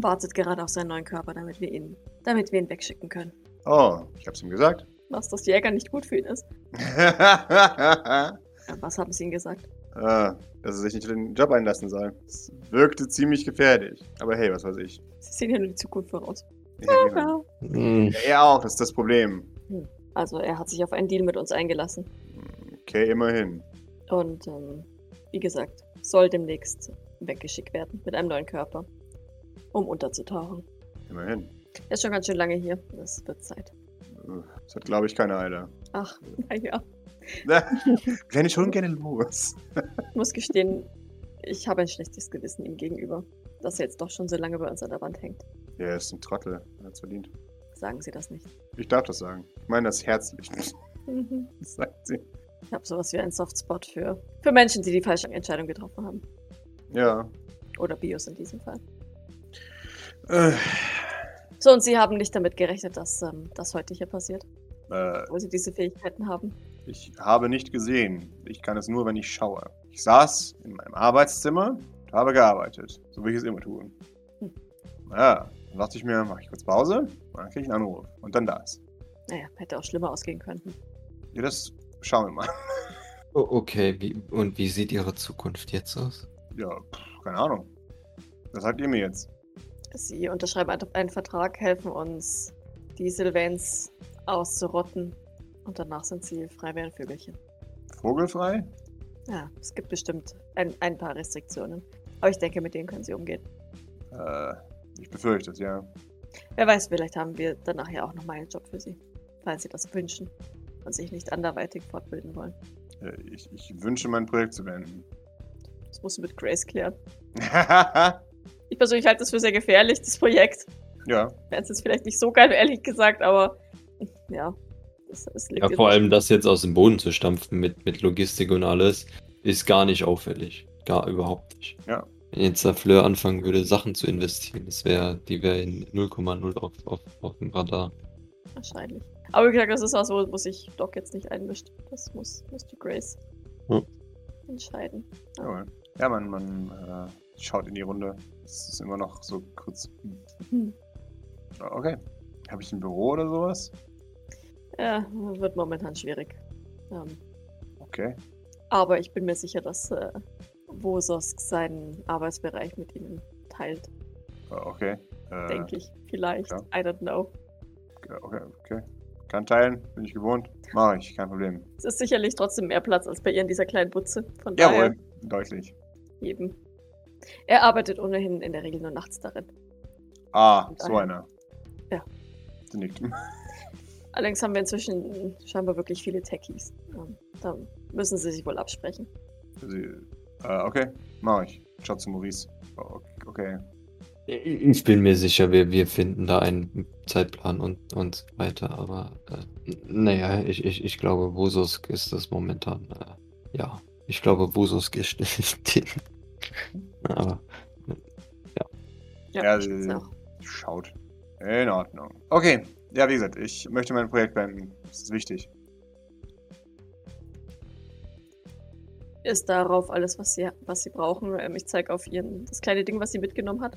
Speaker 2: Wartet gerade auf seinen neuen Körper, damit wir ihn, damit wir ihn wegschicken können.
Speaker 1: Oh, ich hab's ihm gesagt.
Speaker 2: Was, dass Jäger nicht gut für ihn ist?
Speaker 1: äh,
Speaker 2: Ja, was haben sie ihm gesagt?
Speaker 1: dass er sich nicht in den Job einlassen soll. Es wirkte ziemlich gefährlich. Aber hey, was weiß ich.
Speaker 2: Sie sehen ja nur die Zukunft voraus.
Speaker 1: Ja, genau.
Speaker 2: Ja.
Speaker 3: mh,
Speaker 1: ja, er auch, das ist das Problem.
Speaker 2: Also er hat sich auf einen Deal mit uns eingelassen.
Speaker 1: Okay, immerhin.
Speaker 2: Und ähm, wie gesagt, soll demnächst weggeschickt werden mit einem neuen Körper. Um unterzutauchen.
Speaker 1: Immerhin.
Speaker 2: Er ist schon ganz schön lange hier. Es wird Zeit.
Speaker 1: Das hat, glaube ich, keine Eile.
Speaker 2: Ach, naja.
Speaker 1: Wäre ich schon gerne los.
Speaker 2: Ich muss gestehen, ich habe ein schlechtes Gewissen ihm gegenüber, dass er jetzt doch schon so lange bei uns an der Wand hängt.
Speaker 1: Ja, er ist ein Trottel. Er hat's verdient.
Speaker 2: Sagen Sie das nicht.
Speaker 1: Ich darf das sagen. Ich meine das herzlich.
Speaker 2: Mhm.
Speaker 1: Sagt sie.
Speaker 2: Ich habe sowas wie einen Softspot für, für Menschen, die die falsche Entscheidung getroffen haben.
Speaker 1: Ja.
Speaker 2: Oder Bios in diesem Fall.
Speaker 1: Äh,
Speaker 2: So, und Sie haben nicht damit gerechnet, dass ähm, das heute hier passiert,
Speaker 1: äh,
Speaker 2: wo Sie diese Fähigkeiten haben.
Speaker 1: ich habe nicht gesehen. Ich kann es nur, wenn ich schaue. Ich saß in meinem Arbeitszimmer und habe gearbeitet. So wie ich es immer tue.
Speaker 2: Hm.
Speaker 1: Ja. Dann dachte ich mir, mache ich kurz Pause, dann kriege ich einen Anruf. Und dann das.
Speaker 2: Naja, hätte auch schlimmer ausgehen können.
Speaker 1: Ja, das schauen wir mal.
Speaker 3: o- okay, wie, und wie sieht Ihre Zukunft jetzt aus?
Speaker 1: Ja, pff, keine Ahnung. Was sagt ihr mir jetzt?
Speaker 2: Sie unterschreiben einfach einen Vertrag, helfen uns, die Sylvains auszurotten. Und danach sind sie frei wie ein Vögelchen.
Speaker 1: Vogelfrei?
Speaker 2: Ja, es gibt bestimmt ein, ein paar Restriktionen. Aber ich denke, mit denen können sie umgehen.
Speaker 1: Äh, ich befürchte es, ja.
Speaker 2: Wer weiß, vielleicht haben wir danach ja auch nochmal einen Job für sie. Falls sie das wünschen und sich nicht anderweitig fortbilden wollen.
Speaker 1: Äh, Ich, ich wünsche, mein Projekt zu beenden.
Speaker 2: Das musst du mit Grace klären. Ich persönlich halte das für sehr gefährlich, das Projekt.
Speaker 1: ja.
Speaker 2: Wäre es jetzt vielleicht nicht so geil, ehrlich gesagt, aber ja. Das, das liegt
Speaker 3: Ja,
Speaker 2: jetzt-
Speaker 3: vor allem das jetzt aus dem Boden zu stampfen mit, mit Logistik und alles, ist gar nicht auffällig. Gar überhaupt nicht.
Speaker 1: Ja.
Speaker 3: Wenn jetzt der Fleur anfangen würde, Sachen zu investieren, das wäre, die wäre in 0,0 auf, auf, auf dem Radar.
Speaker 2: Wahrscheinlich. Aber wie gesagt, das ist was, wo, wo sich Doc jetzt nicht einmischt. Das muss, muss die Grace
Speaker 3: Ja.
Speaker 2: entscheiden.
Speaker 1: Jawohl. Ja, man, man äh, schaut in die Runde. Es ist immer noch so kurz.
Speaker 2: Hm.
Speaker 1: Okay. Habe ich ein Büro oder sowas?
Speaker 2: Ja, wird momentan schwierig. Ähm,
Speaker 1: Okay.
Speaker 2: aber ich bin mir sicher, dass äh, Wososk seinen Arbeitsbereich mit ihnen teilt,
Speaker 1: Äh, okay. Äh,
Speaker 2: denke ich. Vielleicht.
Speaker 1: ja.
Speaker 2: I don't know.
Speaker 1: Okay, okay. Kann teilen, bin ich gewohnt. Mache ich, kein Problem.
Speaker 2: Es ist sicherlich trotzdem mehr Platz als bei ihr in dieser kleinen Butze. Von
Speaker 1: Jawohl, deutlich.
Speaker 2: daher eben. Er arbeitet ohnehin in der Regel nur nachts darin.
Speaker 1: Ah,
Speaker 2: Und
Speaker 1: so
Speaker 2: daher-
Speaker 1: einer.
Speaker 2: Ja.
Speaker 1: Sie nickt.
Speaker 2: Allerdings haben wir inzwischen scheinbar wirklich viele Techies. Ähm, da müssen sie sich wohl absprechen.
Speaker 1: Sie, äh, okay, mache ich. Schaut zu Maurice. Oh, Okay.
Speaker 3: Ich bin mir sicher, wir, wir finden da einen Zeitplan und, und so weiter, aber äh, naja, ich, ich, ich glaube, Wososk ist das momentan. Äh, ja, ich glaube, Wososk ist die- Aber
Speaker 2: Ja,
Speaker 1: Ja, äh,
Speaker 2: ich
Speaker 1: sie-
Speaker 2: find's auch.
Speaker 1: Schaut. In Ordnung. Okay. Ja, wie gesagt, ich möchte mein Projekt beenden. Das ist wichtig.
Speaker 2: Ist darauf alles, was sie, was sie brauchen. Ähm, ich zeige auf ihren das kleine Ding, was sie mitgenommen hat.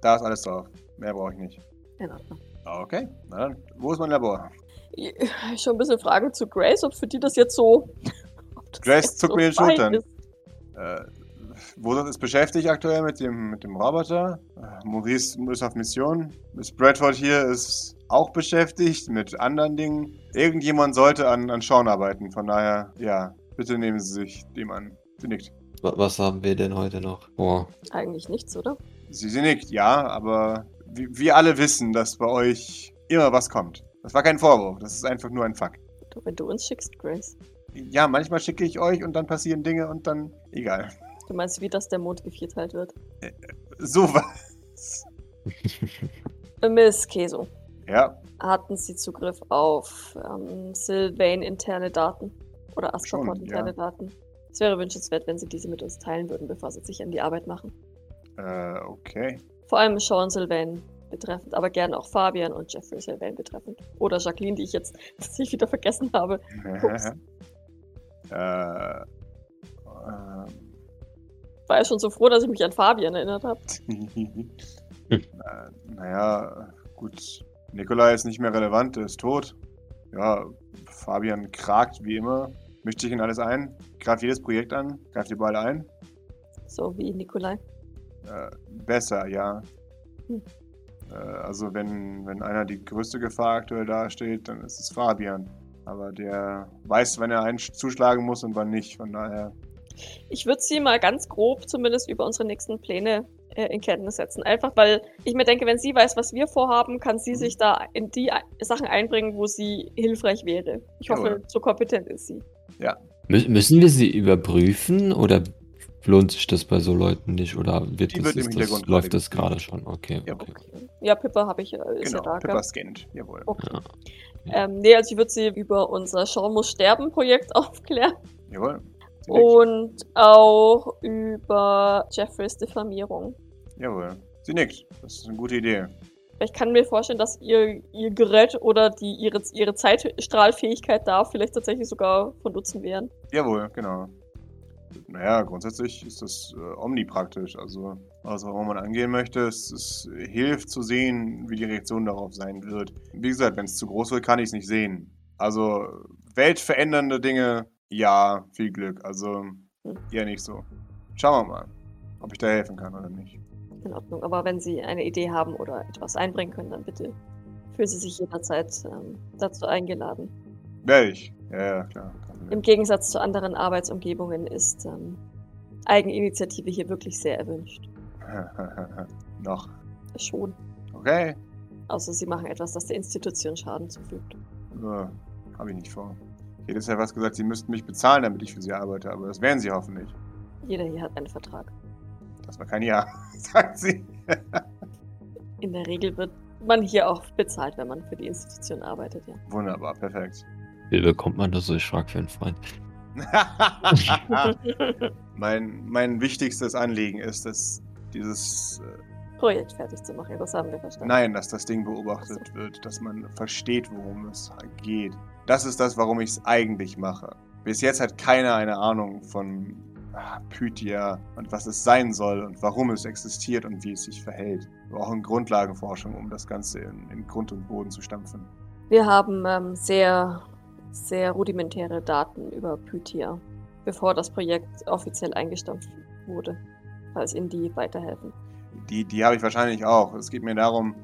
Speaker 1: Da ist alles drauf. Mehr brauche ich nicht. Ah,
Speaker 2: In Ordnung.
Speaker 1: Okay, na dann. Wo ist mein Labor?
Speaker 2: Ich- Schon ein bisschen Fragen zu Grace, ob für die das jetzt so. ob das
Speaker 1: Grace
Speaker 2: jetzt
Speaker 1: zuckt mir die
Speaker 2: fein
Speaker 1: Schultern.
Speaker 2: ist.
Speaker 1: Äh, Wodat ist beschäftigt aktuell mit dem, mit dem Roboter. Äh, Maurice ist auf Mission. Miss Bradford hier ist auch beschäftigt mit anderen Dingen. Irgendjemand sollte an, an Sean arbeiten. Von daher, ja, bitte nehmen Sie sich dem an. Sie nickt.
Speaker 3: Wa- Was haben wir denn heute noch? Boah,
Speaker 2: Eigentlich nichts, oder?
Speaker 1: Sie, sie nickt, ja, aber wir, wir alle wissen, dass bei euch immer was kommt. Das war kein Vorwurf, das ist einfach nur ein Fakt.
Speaker 2: Du, wenn du uns schickst, Grace.
Speaker 1: Ja, manchmal schicke ich euch und dann passieren Dinge und dann egal.
Speaker 2: Du meinst, wie das der Mond gevierteilt wird?
Speaker 1: So was.
Speaker 2: Äh, Miss Keso.
Speaker 1: Ja,
Speaker 2: Hatten Sie Zugriff auf ähm, Sylvain-interne Daten? Oder Astroport-interne
Speaker 1: ja.
Speaker 2: Daten? Es wäre wünschenswert, wenn Sie diese mit uns teilen würden, bevor Sie sich an die Arbeit machen.
Speaker 1: äh, okay.
Speaker 2: Vor allem Sean Sylvain betreffend, aber gerne auch Fabian und Jeffrey Sylvain betreffend. Oder Jacqueline, die ich jetzt tatsächlich wieder vergessen habe. Ups.
Speaker 1: äh, ähm,
Speaker 2: Ich war ja schon so froh, dass ich mich an Fabian erinnert habe.
Speaker 1: äh, naja, gut. Nikolai ist nicht mehr relevant, er ist tot. Ja, Fabian kragt wie immer, mischt sich in alles ein, greift jedes Projekt an, greift überall ein.
Speaker 2: So wie Nikolai.
Speaker 1: Äh, besser, ja.
Speaker 2: Hm.
Speaker 1: Äh, also wenn, wenn einer die größte Gefahr aktuell dasteht, dann ist es Fabian. Aber der weiß, wann er einen sch- zuschlagen muss und wann nicht. Von daher,
Speaker 2: Ich würde sie mal ganz grob zumindest über unsere nächsten Pläne äh, in Kenntnis setzen. Einfach weil ich mir denke, wenn sie weiß, was wir vorhaben, kann
Speaker 1: Mhm.
Speaker 2: sie sich da in die Ei- Sachen einbringen, wo sie hilfreich wäre. Ich hoffe,
Speaker 1: Jawohl.
Speaker 2: so kompetent ist sie.
Speaker 3: Mü müssen wir sie überprüfen oder lohnt sich das bei so Leuten nicht oder wird
Speaker 1: Die wird
Speaker 3: das,
Speaker 1: im
Speaker 3: ist das,
Speaker 1: Hintergrund
Speaker 3: läuft
Speaker 1: gerade
Speaker 3: das gerade schon? Okay,
Speaker 1: Ja,
Speaker 3: okay.
Speaker 2: Ja, Pippa habe ich, äh, ist
Speaker 1: genau,
Speaker 2: ja da.
Speaker 1: Pippa
Speaker 2: gell?
Speaker 1: scannt. Jawohl.
Speaker 2: Okay.
Speaker 3: Ja.
Speaker 2: Ähm, nee, also ich würde sie über unser Sean muss sterben Projekt aufklären
Speaker 1: Jawohl. Sie nickt.
Speaker 2: und auch über Jeffreys Diffamierung.
Speaker 1: Jawohl. Sie nickt. Das ist eine gute Idee.
Speaker 2: Weil Ich kann mir vorstellen, dass ihr, ihr Gerät oder die, ihre, ihre Zeitstrahlfähigkeit da vielleicht tatsächlich sogar von Nutzen wären.
Speaker 1: Jawohl, genau. Naja, grundsätzlich ist das äh, omnipraktisch. Also, also warum man angehen möchte, es, es hilft zu sehen, wie die Reaktion darauf sein wird. Wie gesagt, wenn es zu groß wird, kann ich es nicht sehen. Also weltverändernde Dinge, ja, viel Glück. Also eher nicht so. Schauen wir mal, ob ich da helfen kann oder nicht.
Speaker 2: In Ordnung. Aber wenn Sie eine Idee haben oder etwas einbringen können, dann bitte fühlen Sie sich jederzeit ähm, dazu eingeladen.
Speaker 1: Werde ich. Ja, ja, klar.
Speaker 2: Im Gegensatz zu anderen Arbeitsumgebungen ist ähm, Eigeninitiative hier wirklich sehr erwünscht.
Speaker 1: Noch.
Speaker 2: Schon.
Speaker 1: Okay.
Speaker 2: Außer Sie machen etwas, das der Institution Schaden zufügt.
Speaker 1: Äh, Habe ich nicht vor. Ich hätte ja was gesagt, sie müssten mich bezahlen, damit ich für sie arbeite, aber das werden sie hoffentlich.
Speaker 2: Jeder hier hat einen Vertrag.
Speaker 1: Das war kein Ja, sagt sie.
Speaker 2: In der Regel wird man hier auch bezahlt, wenn man für die Institution arbeitet, ja.
Speaker 1: Wunderbar, perfekt.
Speaker 3: Wie bekommt man das so? Ich frage für einen Freund.
Speaker 1: mein, mein wichtigstes Anliegen ist, dass dieses äh,
Speaker 2: Projekt fertig zu machen, das haben wir verstanden.
Speaker 1: Nein, dass das Ding beobachtet wird, dass man versteht, worum es geht. Das ist das, warum ich es eigentlich mache. Bis jetzt hat keiner eine Ahnung von ah, Pythia und was es sein soll und warum es existiert und wie es sich verhält. Wir brauchen Grundlagenforschung, um das Ganze in, in Grund und Boden zu stampfen.
Speaker 2: Wir haben ähm, sehr, sehr rudimentäre Daten über Pythia, bevor das Projekt offiziell eingestampft wurde, falls Ihnen die weiterhelfen.
Speaker 1: Die, die habe ich wahrscheinlich auch. Es geht mir darum,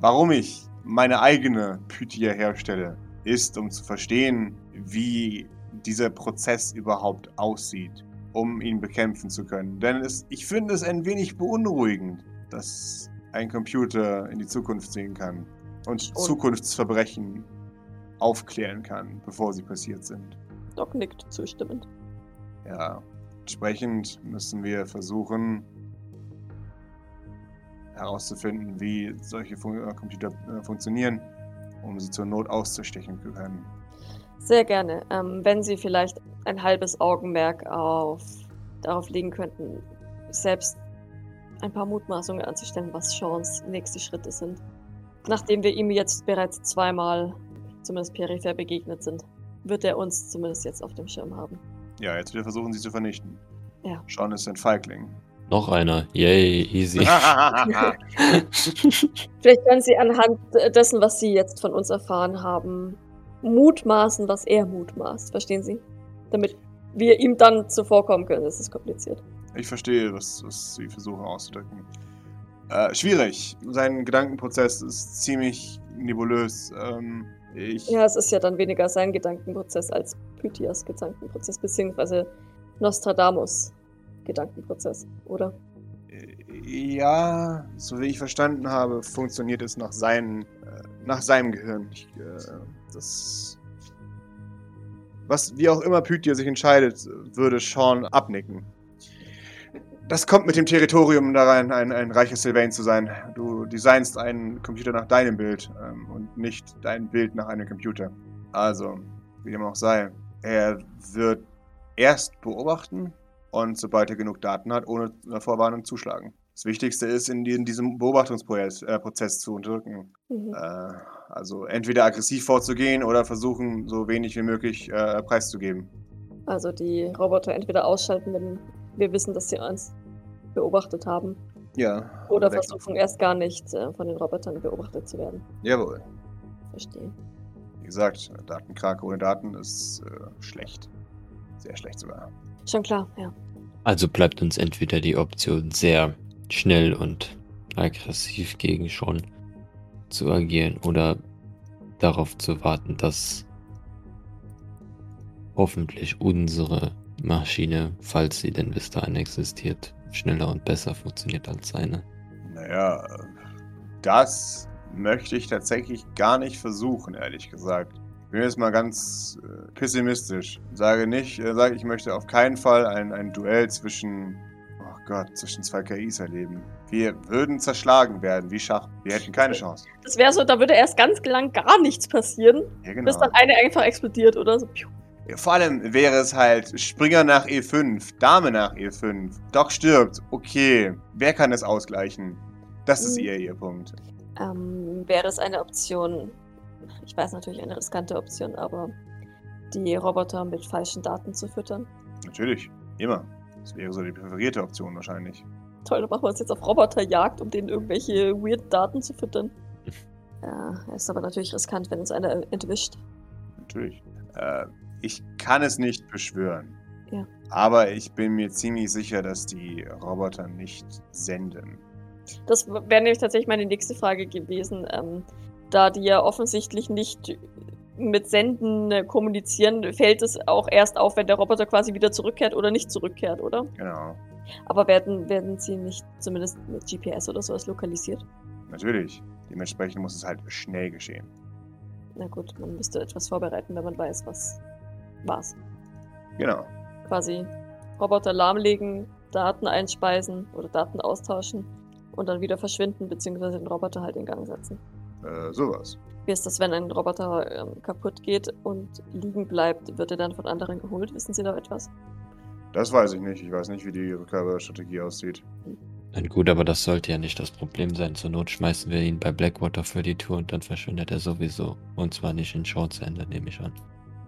Speaker 1: warum ich meine eigene Pythia herstelle, ist, um zu verstehen, wie dieser Prozess überhaupt aussieht, um ihn bekämpfen zu können. Denn es, ich finde es ein wenig beunruhigend, dass ein Computer in die Zukunft sehen kann und
Speaker 2: Und-
Speaker 1: Zukunftsverbrechen aufklären kann, bevor sie passiert sind.
Speaker 2: Doc nickt zustimmend.
Speaker 1: Ja, entsprechend müssen wir versuchen herauszufinden, wie solche Fun äh, Computer äh, funktionieren, um sie zur Not auszustechen zu können.
Speaker 2: Sehr gerne. Ähm, wenn Sie vielleicht ein halbes Augenmerk auf, darauf legen könnten, selbst ein paar Mutmaßungen anzustellen, was Sean's nächste Schritte sind, nachdem wir ihm jetzt bereits zweimal zumindest peripher begegnet sind. Wird er uns zumindest jetzt auf dem Schirm haben?
Speaker 1: Ja, jetzt wieder versuchen, sie zu vernichten.
Speaker 2: Ja.
Speaker 1: Sean ist ein Feigling.
Speaker 3: Noch einer. Yay, easy.
Speaker 1: ja,
Speaker 2: Vielleicht können Sie anhand dessen, was Sie jetzt von uns erfahren haben, mutmaßen, was er mutmaßt. Verstehen Sie? Damit wir ihm dann zuvorkommen können. Das ist kompliziert.
Speaker 1: Ich verstehe, was, was Sie versuchen auszudrücken. Äh, schwierig. Sein Gedankenprozess ist ziemlich nebulös. Ähm, ich,
Speaker 2: Ja, es ist ja dann weniger sein Gedankenprozess als Pythias Gedankenprozess, beziehungsweise Nostradamus Gedankenprozess, oder?
Speaker 1: Ja, so wie ich verstanden habe, funktioniert es nach, seinen, äh, nach seinem Gehirn. Ich, äh, das. Was, wie auch immer Pythia sich entscheidet, würde Sean abnicken. Das kommt mit dem Territorium da rein, ein, ein reiches Sylvain zu sein. Du designst einen Computer nach deinem Bild ähm, und nicht dein Bild nach einem Computer. Also, wie dem auch sei, er wird erst beobachten, und sobald er genug Daten hat, ohne eine Vorwarnung zuschlagen. Das Wichtigste ist, in diesem- diesem Beobachtungsprozess äh, Prozess zu unterdrücken.
Speaker 2: Mhm.
Speaker 1: Äh, also entweder aggressiv vorzugehen oder versuchen, so wenig wie möglich äh, preiszugeben.
Speaker 2: Also die Roboter entweder ausschalten, wenn wir wissen, dass sie uns beobachtet haben,
Speaker 1: Ja.
Speaker 2: oder
Speaker 1: Weg-
Speaker 2: versuchen erst gar nicht äh, von den Robotern beobachtet zu werden.
Speaker 1: Jawohl.
Speaker 2: Verstehe.
Speaker 1: Wie gesagt, Datenkrake ohne Daten ist äh, schlecht. Sehr schlecht sogar.
Speaker 2: Schon klar, ja.
Speaker 3: Also bleibt uns entweder die Option, sehr schnell und aggressiv gegen Sean zu agieren oder darauf zu warten, dass hoffentlich unsere Maschine, falls sie denn bis dahin existiert, schneller und besser funktioniert als seine.
Speaker 1: Naja, äh, das möchte ich tatsächlich gar nicht versuchen, ehrlich gesagt. Ich bin jetzt mal ganz äh, pessimistisch. Sage nicht, äh, sage ich möchte auf keinen Fall ein, ein Duell zwischen, oh Gott, zwischen zwei KIs erleben. Wir würden zerschlagen werden, wie Schach. Wir hätten keine Chance.
Speaker 2: Das wäre so, da würde erst ganz lang gar nichts passieren,
Speaker 1: Ja, genau.
Speaker 2: bis dann eine einfach explodiert oder so. Piu.
Speaker 1: Vor allem wäre es halt Springer nach E5, Dame nach E5, Doc stirbt, okay. Wer kann es ausgleichen? Das ist
Speaker 2: Mhm.
Speaker 1: ihr, ihr Punkt.
Speaker 2: Ähm, wäre es eine Option, ich weiß natürlich eine riskante Option, aber die Roboter mit falschen Daten zu füttern.
Speaker 1: Natürlich, immer. Das wäre so die präferierte Option wahrscheinlich.
Speaker 2: Toll, dann machen wir uns jetzt auf Roboterjagd, um denen irgendwelche weird Daten zu füttern. Ja, ist aber natürlich riskant, wenn uns einer entwischt.
Speaker 1: Natürlich. Äh, ich kann es nicht beschwören.
Speaker 2: Ja.
Speaker 1: Aber ich bin mir ziemlich sicher, dass die Roboter nicht senden.
Speaker 2: Das wäre nämlich tatsächlich meine nächste Frage gewesen. Ähm, da die ja offensichtlich nicht mit Senden äh, kommunizieren, fällt es auch erst auf, wenn der Roboter quasi wieder zurückkehrt oder nicht zurückkehrt, oder?
Speaker 1: Genau.
Speaker 2: Aber werden, werden sie nicht zumindest mit GPS oder sowas lokalisiert?
Speaker 1: Natürlich. Dementsprechend muss es halt schnell geschehen.
Speaker 2: Na gut, man müsste etwas vorbereiten, wenn man weiß, was war's.
Speaker 1: Genau.
Speaker 2: Quasi Roboter lahmlegen, Daten einspeisen oder Daten austauschen und dann wieder verschwinden, beziehungsweise den Roboter halt in Gang setzen.
Speaker 1: Äh, sowas.
Speaker 2: Wie ist das, wenn ein Roboter ähm, kaputt geht und liegen bleibt? Wird er dann von anderen geholt? Wissen Sie da etwas?
Speaker 1: Das weiß ich nicht. Ich weiß nicht, wie die Rückgabestrategie aussieht.
Speaker 3: Na gut, aber das sollte ja nicht das Problem sein. Zur Not schmeißen wir ihn bei Blackwater für die Tour und dann verschwindet er sowieso. Und zwar nicht in Shorts Ende, nehme ich an.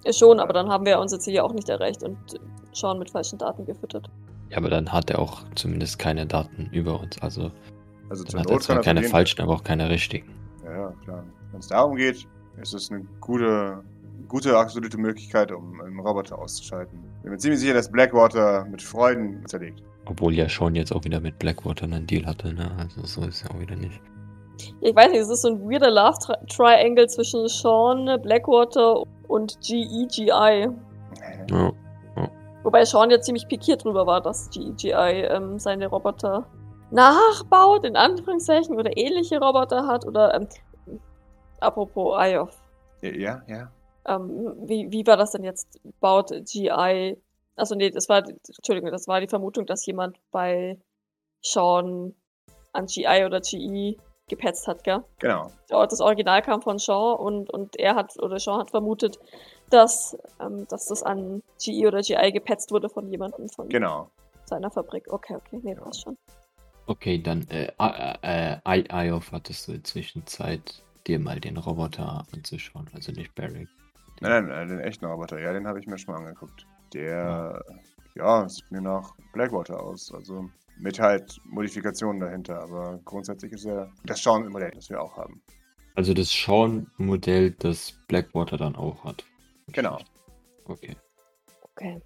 Speaker 2: Äh, Schon, aber dann haben wir unser Ziel ja auch nicht erreicht und äh, schauen mit falschen Daten gefüttert.
Speaker 3: Ja, aber dann hat er auch zumindest keine Daten über uns. Also
Speaker 1: Also zur
Speaker 3: dann hat
Speaker 1: Not
Speaker 3: er
Speaker 1: kann
Speaker 3: zwar
Speaker 1: er
Speaker 3: keine
Speaker 1: verlieren.
Speaker 3: falschen, aber auch keine richtigen.
Speaker 1: Ja, ja, klar. Wenn es darum geht, ist es eine gute, gute absolute Möglichkeit, um einen Roboter auszuschalten. Ich bin mir ziemlich sicher, dass Blackwater mit Freuden zerlegt.
Speaker 3: Obwohl ja Sean jetzt auch wieder mit Blackwater einen Deal hatte, ne? Also so ist ja auch wieder nicht.
Speaker 2: Ja, Ich weiß nicht, es ist so ein weirder Love Tri Triangle zwischen Sean, Blackwater und GEGI.
Speaker 3: Ja.
Speaker 2: Wobei Sean ja ziemlich pikiert drüber war, dass GEGI ähm, seine Roboter nachbaut, in Anführungszeichen, oder ähnliche Roboter hat, oder ähm, apropos Eye of
Speaker 1: Ja, ja. ja.
Speaker 2: Ähm, wie, wie war das denn jetzt? Baut GI. Also nee, das war, Entschuldigung, das war die Vermutung, dass jemand bei Sean an GI oder E GI gepetzt hat, gell?
Speaker 1: Genau.
Speaker 2: Der Ort- Das Original kam von Sean und, und er hat, oder Sean hat vermutet, dass, ähm, dass das an GI oder GI gepetzt wurde von jemandem von
Speaker 1: Genau.
Speaker 2: seiner Fabrik. Okay, okay, nee,
Speaker 1: Ja.
Speaker 2: passt schon.
Speaker 3: Okay, dann äh, äh, äh, I- Iof hattest du inzwischen Zeit, dir mal den Roboter anzuschauen, also nicht Barrick.
Speaker 1: Nein, nein, nein, den echten Roboter. Ja, den habe ich mir schon mal angeguckt. Der, ja, sieht mir nach Blackwater aus. Also mit halt Modifikationen dahinter. Aber grundsätzlich ist er das Schauen im Modell, das wir auch haben.
Speaker 3: Also das Sean-Modell, das Blackwater dann auch hat.
Speaker 1: Genau.
Speaker 3: Okay.
Speaker 2: Okay.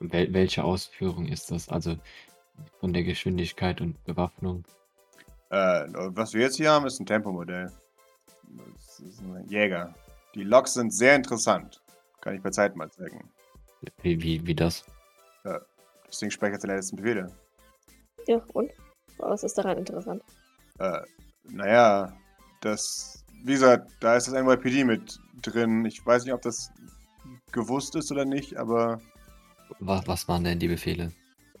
Speaker 3: Wel welche Ausführung ist das? Also von der Geschwindigkeit und Bewaffnung.
Speaker 1: Äh, was wir jetzt hier haben, ist ein Tempomodell. Das ist ein Jäger. Die Loks sind sehr interessant. Kann ich bei Zeit mal zeigen.
Speaker 3: Wie, wie, wie das?
Speaker 1: Deswegen speichert seine letzten Befehle.
Speaker 2: Ja, und? Was ist daran interessant?
Speaker 1: Äh, naja, das. Wie gesagt, da ist das NYPD mit drin. Ich weiß nicht, ob das gewusst ist oder nicht, aber
Speaker 3: Was, was waren denn die Befehle?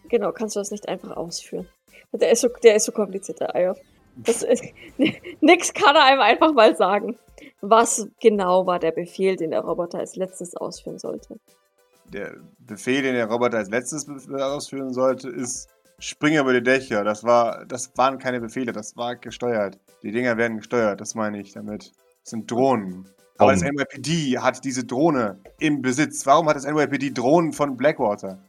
Speaker 2: Genau, kannst du das nicht einfach ausführen. Der ist so, der ist so kompliziert, der Ayov. Das ist, nix kann er einem einfach mal sagen. Was genau war der Befehl, den der Roboter als letztes ausführen sollte?
Speaker 1: der Befehl, den der Roboter als letztes be- ausführen sollte, ist spring über die Dächer. Das war, das waren keine Befehle, das war gesteuert. Die Dinger werden gesteuert, das meine ich damit. Das sind Drohnen. Aber das
Speaker 3: Warum?
Speaker 1: NYPD hat diese Drohne im Besitz. Warum hat das NYPD Drohnen von Blackwater?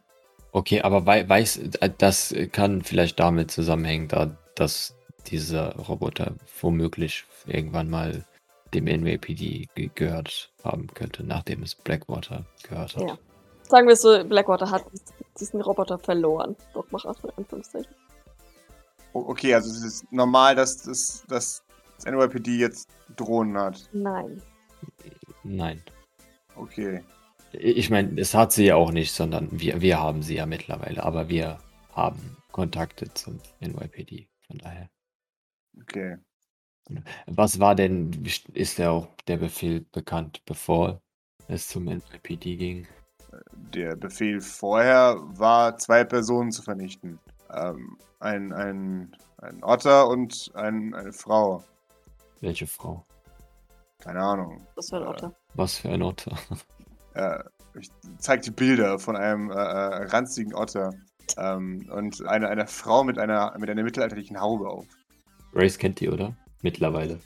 Speaker 3: Okay, aber wei weiß, äh, das kann vielleicht damit zusammenhängen, da, dass dieser Roboter womöglich irgendwann mal dem NYPD ge gehört haben könnte, nachdem es Blackwater gehört hat.
Speaker 2: Ja. Sagen wir es so, Blackwater hat diesen Roboter verloren. Dogmacher von Anführungszeichen.
Speaker 1: O okay, also es ist normal, dass, dass, dass das NYPD jetzt Drohnen hat.
Speaker 2: Nein.
Speaker 3: Nein.
Speaker 1: Okay.
Speaker 3: Ich meine, es hat sie ja auch nicht, sondern wir, wir haben sie ja mittlerweile, aber wir haben Kontakte zum NYPD. Von daher.
Speaker 1: Okay.
Speaker 3: Was war denn, ist ja auch der Befehl bekannt, bevor es zum NYPD ging?
Speaker 1: Der Befehl vorher war, zwei Personen zu vernichten. Ähm, ein, ein, ein Otter und ein, eine Frau.
Speaker 3: Welche Frau?
Speaker 1: Keine Ahnung.
Speaker 2: Das war ein Otter.
Speaker 3: Was für ein Otter?
Speaker 1: Äh, ich zeig die Bilder von einem äh, äh, ranzigen Otter ähm, und einer, einer Frau mit einer, mit einer mittelalterlichen Haube auf.
Speaker 3: Race kennt die, oder? Mittlerweile.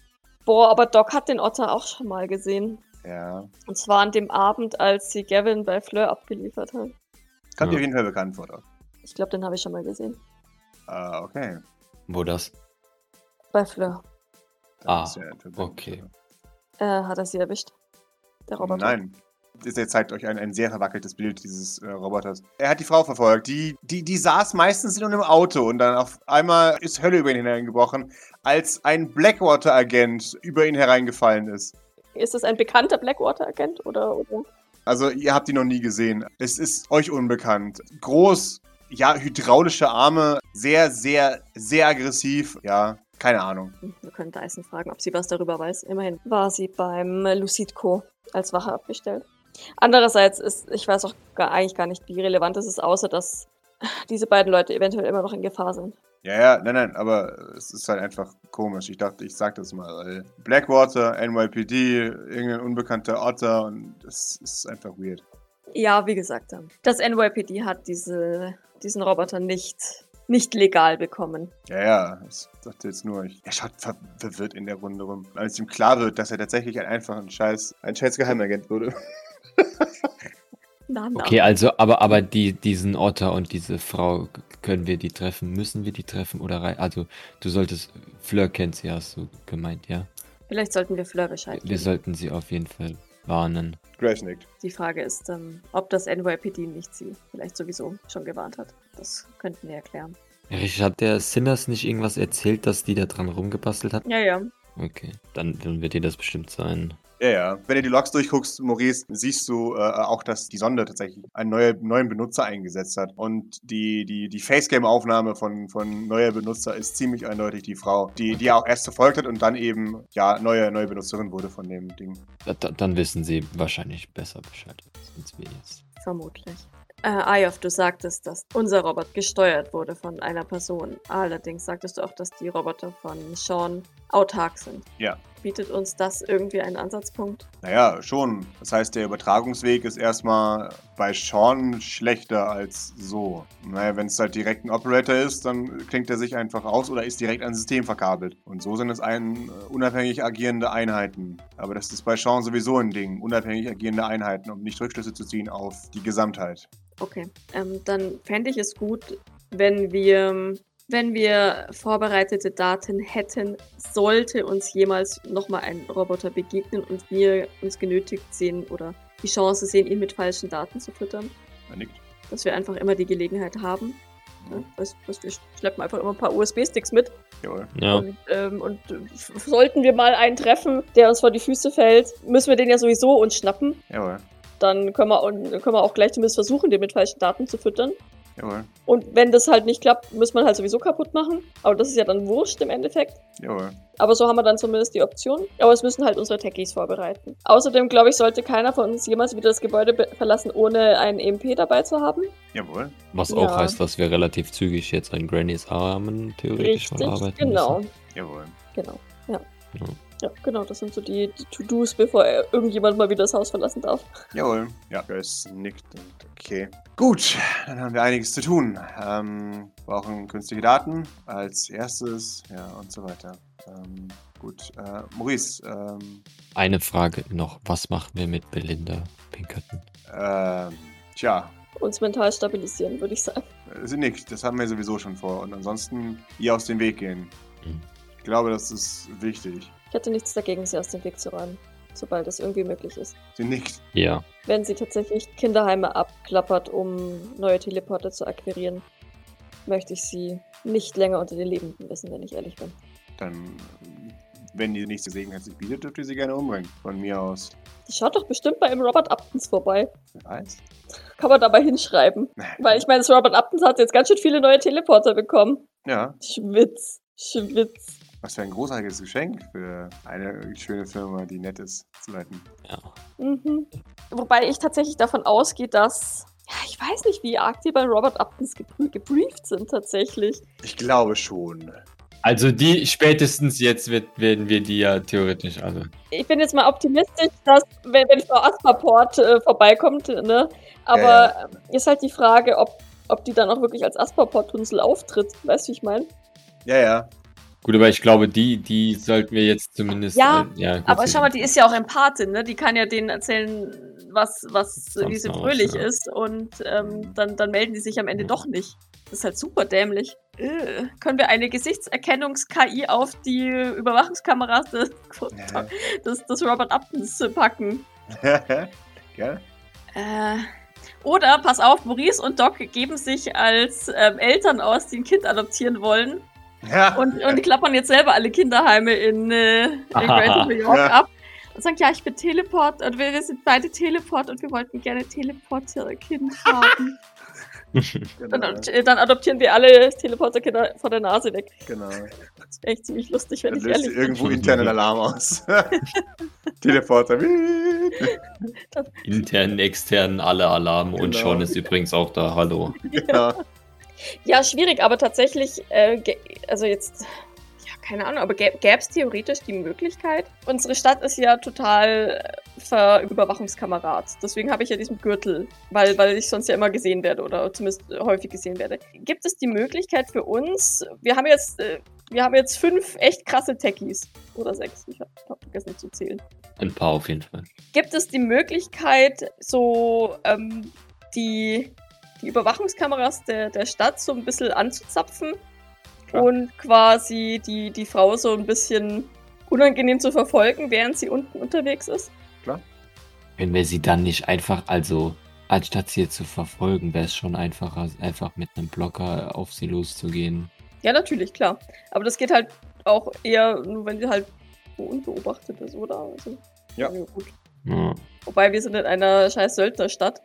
Speaker 2: Boah, aber Doc hat den Otter auch schon mal gesehen.
Speaker 1: Ja.
Speaker 2: Und zwar an dem Abend, als sie Gavin bei Fleur abgeliefert hat.
Speaker 1: Kommt dir
Speaker 3: Ja.
Speaker 1: auf jeden Fall bekannt vor. Doc.
Speaker 2: Ich glaube, den habe ich schon mal gesehen.
Speaker 1: Äh, okay.
Speaker 3: Wo das?
Speaker 2: Bei Fleur.
Speaker 1: Das
Speaker 3: Ah,
Speaker 1: ist ja ein Verbindung.
Speaker 3: okay.
Speaker 2: Äh, hat er sie erwischt? Der Roboter?
Speaker 1: Nein. Er zeigt euch ein, ein sehr verwackeltes Bild dieses äh, Roboters. Er hat die Frau verfolgt. Die, die, die saß meistens in einem Auto und dann auf einmal ist Hölle über ihn hineingebrochen, als ein Blackwater-Agent über ihn hereingefallen ist.
Speaker 2: Ist das ein bekannter Blackwater-Agent oder, oder?
Speaker 1: Also, ihr habt ihn noch nie gesehen. Es ist euch unbekannt. Groß, ja, hydraulische Arme, sehr, sehr, sehr aggressiv. Ja, keine Ahnung.
Speaker 2: Hm, Wir können Dyson fragen, ob sie was darüber weiß. Immerhin war sie beim äh, Lucidco als Wache abgestellt. Andererseits ist, ich weiß auch gar, eigentlich gar nicht, wie relevant es ist, außer dass diese beiden Leute eventuell immer noch in Gefahr sind.
Speaker 1: Ja, ja, nein, nein, aber es ist halt einfach komisch. Ich dachte, ich sag das mal. Weil Blackwater, NYPD, irgendein unbekannter Otter und das ist einfach weird.
Speaker 2: Ja, wie gesagt, ähm, das NYPD hat diese, diesen Roboter nicht, nicht legal bekommen.
Speaker 1: Ja, ja, ich dachte jetzt nur, ich, er schaut ver verwirrt in der Runde rum. Als ihm klar wird, dass er tatsächlich ein einfachen Scheiß, ein scheiß Geheimagent wurde.
Speaker 2: Na, na.
Speaker 3: Okay, also, aber, aber die, diesen Otter und diese Frau, k- können wir die treffen? Müssen wir die treffen? Oder rei- Also, du solltest, Fleur kennt sie, hast du gemeint, ja?
Speaker 2: Vielleicht sollten wir Fleur Bescheid
Speaker 3: Wir,
Speaker 2: geben.
Speaker 3: wir sollten sie auf jeden Fall warnen.
Speaker 1: Crash nickt.
Speaker 2: Die Frage ist, ähm, ob das NYPD nicht sie vielleicht sowieso schon gewarnt hat. Das könnten wir erklären.
Speaker 3: Richard, hat der Simmers nicht irgendwas erzählt, dass die da dran rumgebastelt hat?
Speaker 2: Ja, ja.
Speaker 3: Okay, dann, dann wird dir das bestimmt sein.
Speaker 1: Ja, ja. Wenn du die Logs durchguckst, Maurice, siehst du äh, auch, dass die Sonde tatsächlich einen neue, neuen Benutzer eingesetzt hat. Und die, die, die Facecam-Aufnahme von, von neuer Benutzer ist ziemlich eindeutig die Frau, die, die er auch erst verfolgt hat und dann eben, ja, neue, neue Benutzerin wurde von dem Ding.
Speaker 3: Da, da, dann wissen sie wahrscheinlich besser Bescheid als wir jetzt.
Speaker 2: Vermutlich. Äh, Ayov, du sagtest, dass unser Roboter gesteuert wurde von einer Person. Allerdings sagtest du auch, dass die Roboter von Sean autark sind.
Speaker 1: Ja.
Speaker 2: Bietet uns das irgendwie einen Ansatzpunkt?
Speaker 1: Naja, schon. Das heißt, der Übertragungsweg ist erstmal bei Sean schlechter als so. Naja, wenn es halt direkt ein Operator ist, dann klingt er sich einfach aus oder ist direkt an System verkabelt. Und so sind es ein, äh, unabhängig agierende Einheiten. Aber das ist bei Sean sowieso ein Ding. Unabhängig agierende Einheiten, um nicht Rückschlüsse zu ziehen auf die Gesamtheit.
Speaker 2: Okay. Ähm, dann fände ich es gut, wenn wir, wenn wir vorbereitete Daten hätten, sollte uns jemals nochmal ein Roboter begegnen und wir uns genötigt sehen oder die Chance sehen, ihn mit falschen Daten zu füttern,
Speaker 1: Er nickt.
Speaker 2: dass wir einfach immer die Gelegenheit haben, Ne? Weißt, weißt, wir schleppen einfach immer ein paar USB-Sticks mit.
Speaker 1: Jawohl.
Speaker 3: Ja.
Speaker 2: Und, ähm, und f- sollten wir mal einen treffen, der uns vor die Füße fällt, müssen wir den ja sowieso uns schnappen.
Speaker 1: Jawohl.
Speaker 2: Dann können wir, und, können wir auch gleich zumindest versuchen, den mit falschen Daten zu füttern.
Speaker 1: Jawohl.
Speaker 2: Und wenn das halt nicht klappt, müssen wir ihn halt sowieso kaputt machen. Aber das ist ja dann wurscht im Endeffekt.
Speaker 1: Jawohl.
Speaker 2: Aber so haben wir dann zumindest die Option. Aber es müssen halt unsere Techies vorbereiten. Außerdem, glaube ich, sollte keiner von uns jemals wieder das Gebäude be- verlassen, ohne einen EMP dabei zu haben.
Speaker 1: Jawohl.
Speaker 3: Was auch
Speaker 2: Ja.
Speaker 3: heißt, dass wir relativ zügig jetzt an Grannys Armen theoretisch verarbeiten
Speaker 2: genau.
Speaker 3: müssen.
Speaker 1: Jawohl.
Speaker 2: Genau. Ja.
Speaker 3: Ja.
Speaker 2: Ja, genau. Das sind so die, die To-Dos, bevor äh, irgendjemand mal wieder das Haus verlassen darf.
Speaker 1: Jawohl. Ja, Grace nickt und okay. Gut, dann haben wir einiges zu tun. Ähm, brauchen günstige Daten als erstes, ja, und so weiter. Ähm, gut, äh, Maurice, ähm,
Speaker 3: Eine Frage noch. Was machen wir mit Belinda Pinkerton?
Speaker 1: ähm, tja,
Speaker 2: Uns mental stabilisieren, würde ich sagen.
Speaker 1: äh, sie nickt, das haben wir sowieso schon vor. Und ansonsten ihr aus dem Weg gehen.
Speaker 3: Mhm.
Speaker 1: Ich glaube, das ist wichtig.
Speaker 2: Ich hätte nichts dagegen, sie aus dem Weg zu räumen. Sobald es irgendwie möglich ist.
Speaker 1: Sie nickt.
Speaker 3: Ja.
Speaker 2: wenn sie tatsächlich Kinderheime abklappert, um neue Teleporter zu akquirieren, möchte ich sie nicht länger unter den Lebenden wissen, wenn ich ehrlich bin.
Speaker 1: Dann, äh, wenn die nächste Gelegenheit sich bietet, dürft ihr sie gerne umbringen. Von mir aus.
Speaker 2: Die schaut doch bestimmt bei einem Robert Uptons vorbei.
Speaker 1: Wer weiß?
Speaker 2: Kann man dabei hinschreiben. Weil ich meine, das Robert Uptons hat jetzt ganz schön viele neue Teleporter bekommen.
Speaker 1: Ja,
Speaker 2: Schwitz, schwitz.
Speaker 1: was für ein großartiges Geschenk für eine schöne Firma, die nett ist zu leiten.
Speaker 3: ja.
Speaker 2: Mhm. Wobei ich tatsächlich davon ausgehe, dass. Ja, ich weiß nicht, wie arg die bei Robert Uptons geprü- gebrieft sind tatsächlich.
Speaker 1: Ich glaube schon.
Speaker 4: Also die spätestens jetzt wird, werden wir die ja theoretisch alle.
Speaker 2: ich bin jetzt mal optimistisch, dass, wenn, wenn Frau Aspaport äh, vorbeikommt, ne? Aber
Speaker 1: Ja,
Speaker 2: äh, ist halt die Frage, ob, ob die dann auch wirklich als Aspaport-Tunsel auftritt. Weißt du, wie ich meine?
Speaker 1: Ja, ja.
Speaker 4: Gut, aber ich glaube, die, die sollten wir jetzt zumindest.
Speaker 2: Ja,
Speaker 4: äh, ja gut,
Speaker 2: Aber
Speaker 4: sie-
Speaker 2: schau mal, die ist ja auch Empathin, ne? Die kann ja denen erzählen, was, was,
Speaker 3: Sonst
Speaker 2: wie sie
Speaker 3: noch was,
Speaker 2: fröhlich
Speaker 3: ja.
Speaker 2: ist. Und ähm, dann, dann melden die sich am Ende
Speaker 3: Mhm.
Speaker 2: doch nicht. Das ist halt super dämlich. Äh, können wir eine Gesichtserkennungs-KI auf die Überwachungskameras des, des, des Robert Uptons äh, packen?
Speaker 1: ja?
Speaker 2: Äh, oder, pass auf, Maurice und Doc geben sich als ähm, Eltern aus, die ein Kind adoptieren wollen.
Speaker 1: ja.
Speaker 2: Und, und klappern jetzt selber alle Kinderheime in, äh, in Greater New York
Speaker 1: Ja.
Speaker 2: ab. Und sagen, ja, ich bin Teleport und wir, wir sind beide Teleport und wir wollten gerne Teleporterkind haben. und
Speaker 1: genau,
Speaker 2: dann, äh, dann adoptieren wir alle Teleporterkinder vor der Nase weg.
Speaker 1: genau.
Speaker 2: Das wäre echt ziemlich lustig, wenn
Speaker 1: Dann
Speaker 2: ich
Speaker 1: löst
Speaker 2: ehrlich
Speaker 1: ihr
Speaker 2: bin.
Speaker 1: irgendwo internen Alarm aus. Teleporter.
Speaker 4: internen, externen, alle Alarme und
Speaker 1: Genau.
Speaker 4: Sean ist übrigens auch da. Hallo.
Speaker 1: genau.
Speaker 2: Ja, schwierig, aber tatsächlich, äh, gä- also jetzt, ja, keine Ahnung, aber gäbe es theoretisch die Möglichkeit? Unsere Stadt ist ja total äh, verüberwachungskamerad. Deswegen habe ich ja diesen Gürtel, weil, weil ich sonst ja immer gesehen werde oder zumindest äh, häufig gesehen werde. Gibt es die Möglichkeit für uns, wir haben jetzt, äh, wir haben jetzt fünf echt krasse Techies. Oder sechs, ich habe vergessen zu zählen.
Speaker 3: Ein paar auf jeden Fall.
Speaker 2: Gibt es die Möglichkeit, so ähm, die, die Überwachungskameras der, der Stadt so ein bisschen anzuzapfen
Speaker 1: Klar.
Speaker 2: und quasi die, die Frau so ein bisschen unangenehm zu verfolgen, während sie unten unterwegs ist?
Speaker 3: Können wir sie dann nicht einfach, also, anstatt sie jetzt zu verfolgen, wäre es schon einfacher, einfach mit einem Blocker auf sie loszugehen.
Speaker 2: Ja, natürlich, klar. Aber das geht halt auch eher nur, wenn sie halt so unbeobachtet ist, oder? Also,
Speaker 1: Ja.
Speaker 2: gut.
Speaker 3: Ja.
Speaker 2: Wobei wir sind in einer scheiß Söldnerstadt.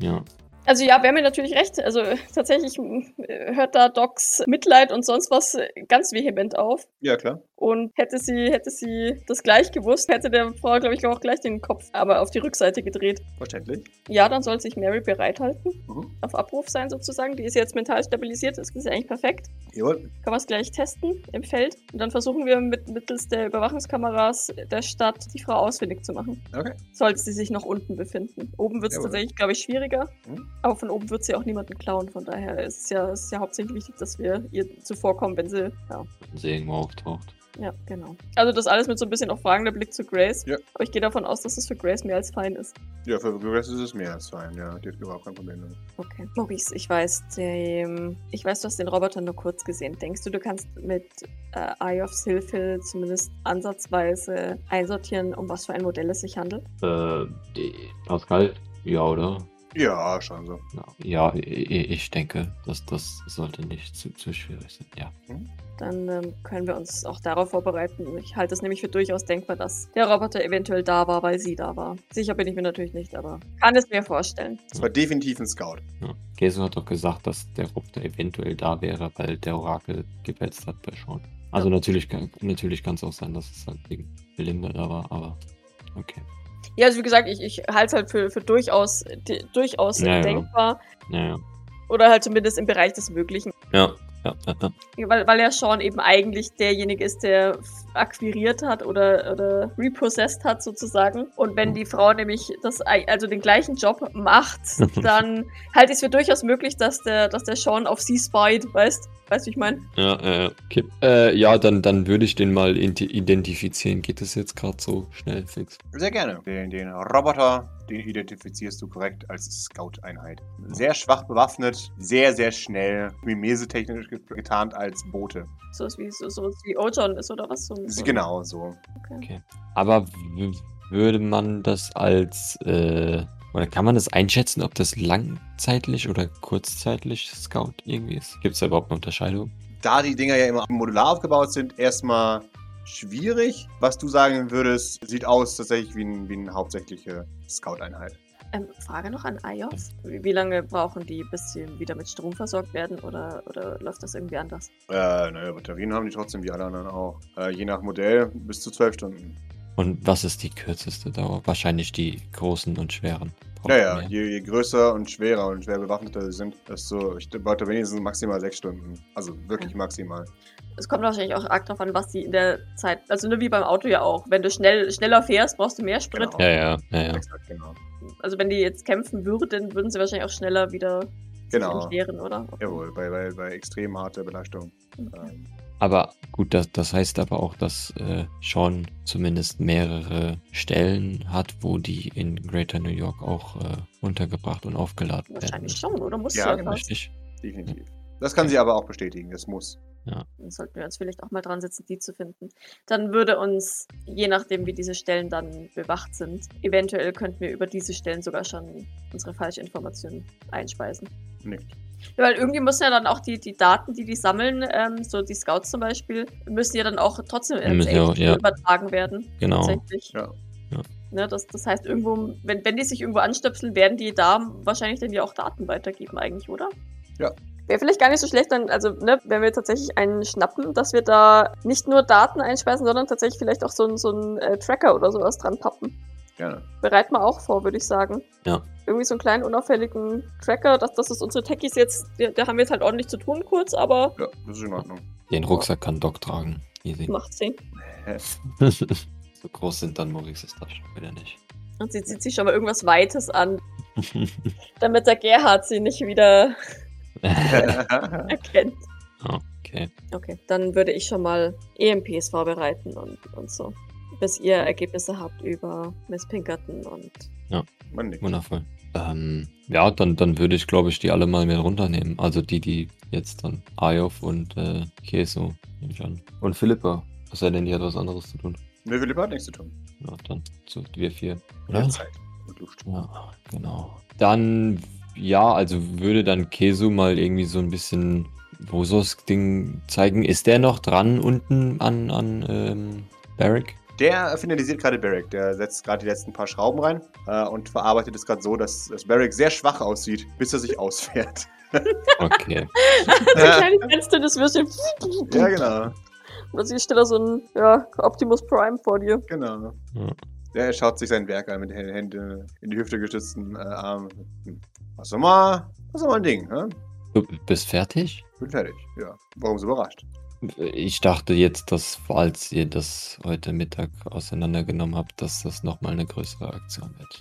Speaker 3: ja.
Speaker 2: Also ja, wir haben ja natürlich recht. Also äh, tatsächlich mh, äh, hört da Docs Mitleid und sonst was äh, ganz vehement auf.
Speaker 1: Ja, klar.
Speaker 2: Und hätte sie, hätte sie das gleich gewusst, hätte der Frau, glaube ich, auch gleich den Kopf aber auf die Rückseite gedreht.
Speaker 1: Verständlich.
Speaker 2: Ja, dann soll sich Mary bereithalten.
Speaker 1: Mhm.
Speaker 2: Auf Abruf sein sozusagen. Die ist jetzt mental stabilisiert, das ist ja eigentlich perfekt.
Speaker 1: Jawohl.
Speaker 2: Kann man es gleich testen im Feld. Und dann versuchen wir mit, mittels der Überwachungskameras der Stadt die Frau ausfindig zu machen.
Speaker 1: Okay.
Speaker 2: Sollte sie sich noch unten befinden. Oben wird es
Speaker 1: Jawohl.
Speaker 2: tatsächlich, glaube ich, schwieriger.
Speaker 1: Mhm.
Speaker 2: Aber von oben wird sie auch niemanden klauen. Von daher ist es ja, ist ja hauptsächlich wichtig, dass wir ihr zuvorkommen, wenn sie ja,
Speaker 3: Wenn sie irgendwo auftaucht.
Speaker 2: ja, genau. Also das alles mit so ein bisschen auch fragender Blick zu Grace.
Speaker 1: Ja.
Speaker 2: Aber ich gehe davon aus, dass es für Grace mehr als fein ist.
Speaker 1: Ja, für Progress ist es mehr als fein. Ja, dürfte überhaupt kein Problem sein.
Speaker 2: Okay. Maurice, ich weiß, ähm, ich weiß, du hast den Roboter nur kurz gesehen. Denkst du, du kannst mit äh, Ayovs Hilfe zumindest ansatzweise einsortieren, um was für ein Modell es sich handelt?
Speaker 3: Äh, die- Pascal? Ja, oder?
Speaker 1: Ja, schon so.
Speaker 3: Ja, i- i- ich denke, dass das sollte nicht zu, zu schwierig sein. Ja.
Speaker 2: Dann ähm, können wir uns auch darauf vorbereiten. Ich halte es nämlich für durchaus denkbar, dass der Roboter eventuell da war, weil sie da war. Sicher bin ich mir natürlich nicht, aber kann es mir vorstellen.
Speaker 1: Das war definitiv ein Scout.
Speaker 3: ja. Gesu hat doch gesagt, dass der Roboter eventuell da wäre, weil der Orakel gepetzt hat bei Sean. Also natürlich kann natürlich kann es auch sein, dass es halt wegen Belinda da war, aber okay.
Speaker 2: Ja, also wie gesagt, ich, ich halte es halt für, für durchaus, di- durchaus
Speaker 3: Ja, ja.
Speaker 2: denkbar.
Speaker 3: Naja.
Speaker 2: Oder halt zumindest im Bereich des Möglichen.
Speaker 3: Ja. Ja, ja, ja.
Speaker 2: Weil, weil ja Sean eben eigentlich derjenige ist, der f- akquiriert hat oder, oder repossessed hat sozusagen. Und wenn die Frau nämlich das, ei- also den gleichen Job macht, dann halte ich es für durchaus möglich, dass der, dass der Sean auf sie spied, weißt Weißt du, wie ich meine?
Speaker 3: Ja, äh, okay. Äh, ja, dann, dann würde ich den mal inti- identifizieren. Geht das jetzt gerade so schnell fix?
Speaker 1: Sehr gerne. Den, den Roboter, den identifizierst du korrekt als Scout-Einheit. Sehr schwach bewaffnet, sehr, sehr schnell, mimesetechnisch get- getarnt als Bote.
Speaker 2: So was wie, so, so was wie Ojon ist oder was? So,
Speaker 1: Sie-
Speaker 2: so.
Speaker 1: Genau so.
Speaker 3: Aber w- würde man das als, äh, oder kann man das einschätzen, ob das langzeitlich oder kurzzeitlich Scout irgendwie ist? Gibt es da überhaupt eine Unterscheidung?
Speaker 1: Da die Dinger ja immer modular aufgebaut sind, erstmal schwierig. Was du sagen würdest, sieht aus tatsächlich wie, ein, wie eine hauptsächliche Scout-Einheit.
Speaker 2: Ähm, Frage noch an Ayos. Wie, wie lange brauchen die, bis sie wieder mit Strom versorgt werden oder, oder läuft das irgendwie anders?
Speaker 1: Äh, naja, Batterien haben die trotzdem wie alle anderen auch. Äh, je nach Modell bis zu zwölf Stunden.
Speaker 3: Und was ist die kürzeste Dauer? Wahrscheinlich die großen und schweren. Braucht
Speaker 1: Naja,
Speaker 3: mehr.
Speaker 1: je, je größer und schwerer und schwer bewaffneter sie sind, desto, ich warte wenigstens maximal sechs Stunden. Also wirklich maximal.
Speaker 2: Es kommt wahrscheinlich auch arg drauf an, was sie in der Zeit, also nur wie beim Auto ja auch. Wenn du schnell, schneller fährst, brauchst du mehr Sprit.
Speaker 1: Genau.
Speaker 3: Ja, ja, ja, ja.
Speaker 1: Exakt, genau.
Speaker 2: Also wenn die jetzt kämpfen würden, würden sie wahrscheinlich auch schneller wieder
Speaker 1: Genau.
Speaker 2: sich entleeren, oder?
Speaker 1: Jawohl, bei, bei, bei extrem harter Belastung.
Speaker 2: Okay.
Speaker 1: Ähm,
Speaker 3: Aber gut, das, das heißt aber auch, dass äh, Sean zumindest mehrere Stellen hat, wo die in Greater New York auch äh, untergebracht und aufgeladen werden.
Speaker 2: Wahrscheinlich
Speaker 3: müssen.
Speaker 2: schon, oder? Muss
Speaker 1: Ja,
Speaker 2: ja,
Speaker 1: genau.
Speaker 2: ja
Speaker 3: Richtig?
Speaker 1: definitiv. Das kann sie aber auch bestätigen, das muss.
Speaker 2: Dann sollten wir uns vielleicht auch mal dran setzen, die zu finden. Dann würde uns, je nachdem wie diese Stellen dann bewacht sind, eventuell könnten wir über diese Stellen sogar schon unsere Falschinformationen einspeisen.
Speaker 1: Nicht.
Speaker 2: Ja, weil irgendwie müssen ja dann auch die, die Daten, die die sammeln, ähm, so die Scouts zum Beispiel, müssen ja dann auch trotzdem ins
Speaker 3: Müssen ja auch,
Speaker 2: AHQ
Speaker 3: ja.
Speaker 2: übertragen werden.
Speaker 3: Genau.
Speaker 2: Tatsächlich.
Speaker 1: Ja.
Speaker 3: Ja.
Speaker 2: Ne, das, das heißt, irgendwo, wenn, wenn die sich irgendwo anstöpseln, werden die da wahrscheinlich dann ja auch Daten weitergeben, eigentlich, oder?
Speaker 1: Ja.
Speaker 2: Wäre vielleicht gar nicht so schlecht, dann, also, ne, wenn wir tatsächlich einen schnappen, dass wir da nicht nur Daten einspeisen, sondern tatsächlich vielleicht auch so, einen- so einen äh, Tracker oder sowas dran pappen.
Speaker 1: Gerne.
Speaker 2: Bereit mal auch vor, würde ich sagen.
Speaker 3: Ja.
Speaker 2: Irgendwie so einen kleinen, unauffälligen Tracker, dass das ist unsere Techies jetzt, da, da haben wir jetzt halt ordentlich zu tun, kurz, aber
Speaker 1: Ja, das ist in Ordnung.
Speaker 3: Den Rucksack kann Doc tragen. Easy.
Speaker 2: macht Sinn.
Speaker 3: so groß sind dann Maurices Taschen wieder nicht.
Speaker 2: Und sie zieht sich schon mal irgendwas Weites an, damit der Gerhard sie nicht wieder erkennt.
Speaker 3: okay.
Speaker 2: Okay, dann würde ich schon mal EMPs vorbereiten und, und so. Bis ihr Ergebnisse habt über Miss Pinkerton und.
Speaker 1: Man nickt.
Speaker 3: Wundervoll. Ähm, ja, dann, dann würde ich, glaube ich, die alle mal mit runternehmen. Also die, die jetzt dann Ayov und äh, Keso, nehme ich an. Und Philippa. Was sei denn, die hat was anderes zu tun.
Speaker 1: Nö, Willi hat nichts zu tun.
Speaker 3: Ja, dann zu wir vier.
Speaker 1: Wir haben
Speaker 3: Oder?
Speaker 1: Zeit und Luft.
Speaker 3: Ja, genau. Dann, ja, also würde dann Kesu mal irgendwie so ein bisschen Bosos-Ding zeigen. Ist der noch dran unten an, an ähm, Barrick?
Speaker 1: Der finalisiert gerade Barrick. Der setzt gerade die letzten paar Schrauben rein äh, und verarbeitet es gerade so, dass, dass Barrick sehr schwach aussieht, bis er sich ausfährt.
Speaker 3: Okay.
Speaker 2: So ein
Speaker 1: ja,
Speaker 2: kleines ganz dünnes Würstchen.
Speaker 1: genau.
Speaker 2: Und sie steht da so ein ja, Optimus Prime vor dir.
Speaker 1: Genau.
Speaker 3: Ja.
Speaker 1: Der schaut sich sein Werk an mit den Händen in die Hüfte gestützten äh, Armen. Hm. Was soll mal, was soll mal ein Ding, hä?
Speaker 3: Du bist fertig?
Speaker 1: Bin fertig, ja. Warum so überrascht?
Speaker 3: Ich dachte jetzt, dass, falls ihr das heute Mittag auseinandergenommen habt, dass das nochmal eine größere Aktion wird.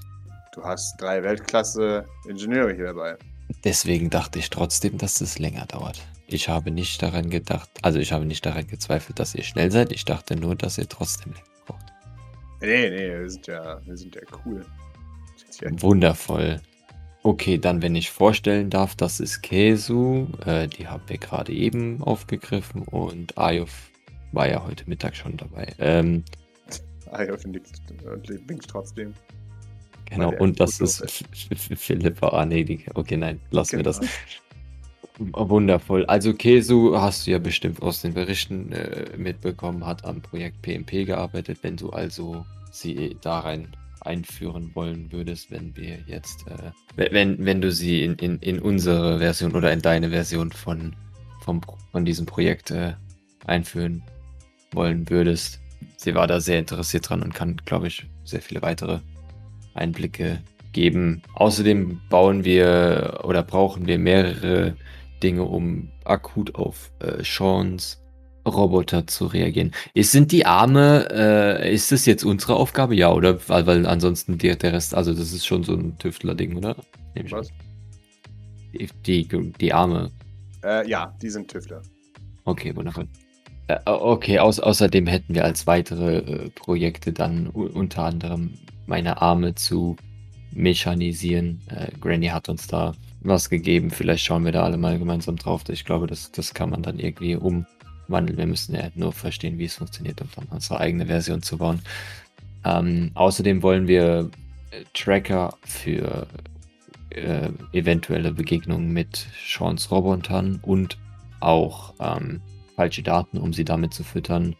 Speaker 1: Du hast drei Weltklasse-Ingenieure hier dabei.
Speaker 3: Deswegen dachte ich trotzdem, dass es länger dauert. Ich habe nicht daran gedacht, also ich habe nicht daran gezweifelt, dass ihr schnell seid. Ich dachte nur, dass ihr trotzdem länger braucht.
Speaker 1: Nee, nee, wir sind ja, wir sind ja cool. Wir sind
Speaker 3: Wundervoll. Okay, dann, wenn ich vorstellen darf, das ist Kesu. Äh, die haben wir gerade eben aufgegriffen und Ayov war ja heute Mittag schon dabei. Ähm,
Speaker 1: Ja, ah, ja, finde ich und winkt trotzdem.
Speaker 3: Genau,
Speaker 1: Weil er
Speaker 3: und das
Speaker 1: gut
Speaker 3: ist
Speaker 1: drauf
Speaker 3: F- F- F- Philippa. Ah, nee, die, okay, nein, lassen wir das.
Speaker 1: Genau.
Speaker 3: Wundervoll. Also Kesu hast du ja bestimmt aus den Berichten äh, mitbekommen, hat am Projekt PMP gearbeitet. Wenn du also sie da rein einführen wollen würdest, wenn wir jetzt, äh, we- wenn, wenn du sie in, in, in unsere Version oder in deine Version von, vom, Pro- von diesem Projekt äh, einführen wollen würdest. Sie war da sehr interessiert dran und kann, glaube ich, sehr viele weitere Einblicke geben. Außerdem bauen wir oder brauchen wir mehrere Dinge, um akut auf äh, Sean's Roboter zu reagieren. Ist, sind die Arme, äh, ist das jetzt unsere Aufgabe? Ja, oder? Weil, weil ansonsten der, der Rest, also das ist schon so ein Tüftler-Ding, oder? Nehm ich
Speaker 1: Was?
Speaker 3: an. Die, die, die Arme.
Speaker 1: Äh, ja, die sind Tüftler.
Speaker 3: Okay, wundervoll. Äh, okay, aus, außerdem hätten wir als weitere äh, Projekte dann u- unter anderem meine Arme zu mechanisieren. Äh, Granny hat uns da was gegeben. Vielleicht schauen wir da alle mal gemeinsam drauf. Ich glaube, das, das kann man dann irgendwie umwandeln. Wir müssen ja nur verstehen, wie es funktioniert, um dann unsere eigene Version zu bauen. Ähm, außerdem wollen wir äh, Tracker für äh, eventuelle Begegnungen mit Sean's Robotern und auch ähm, falsche Daten, um sie damit zu füttern.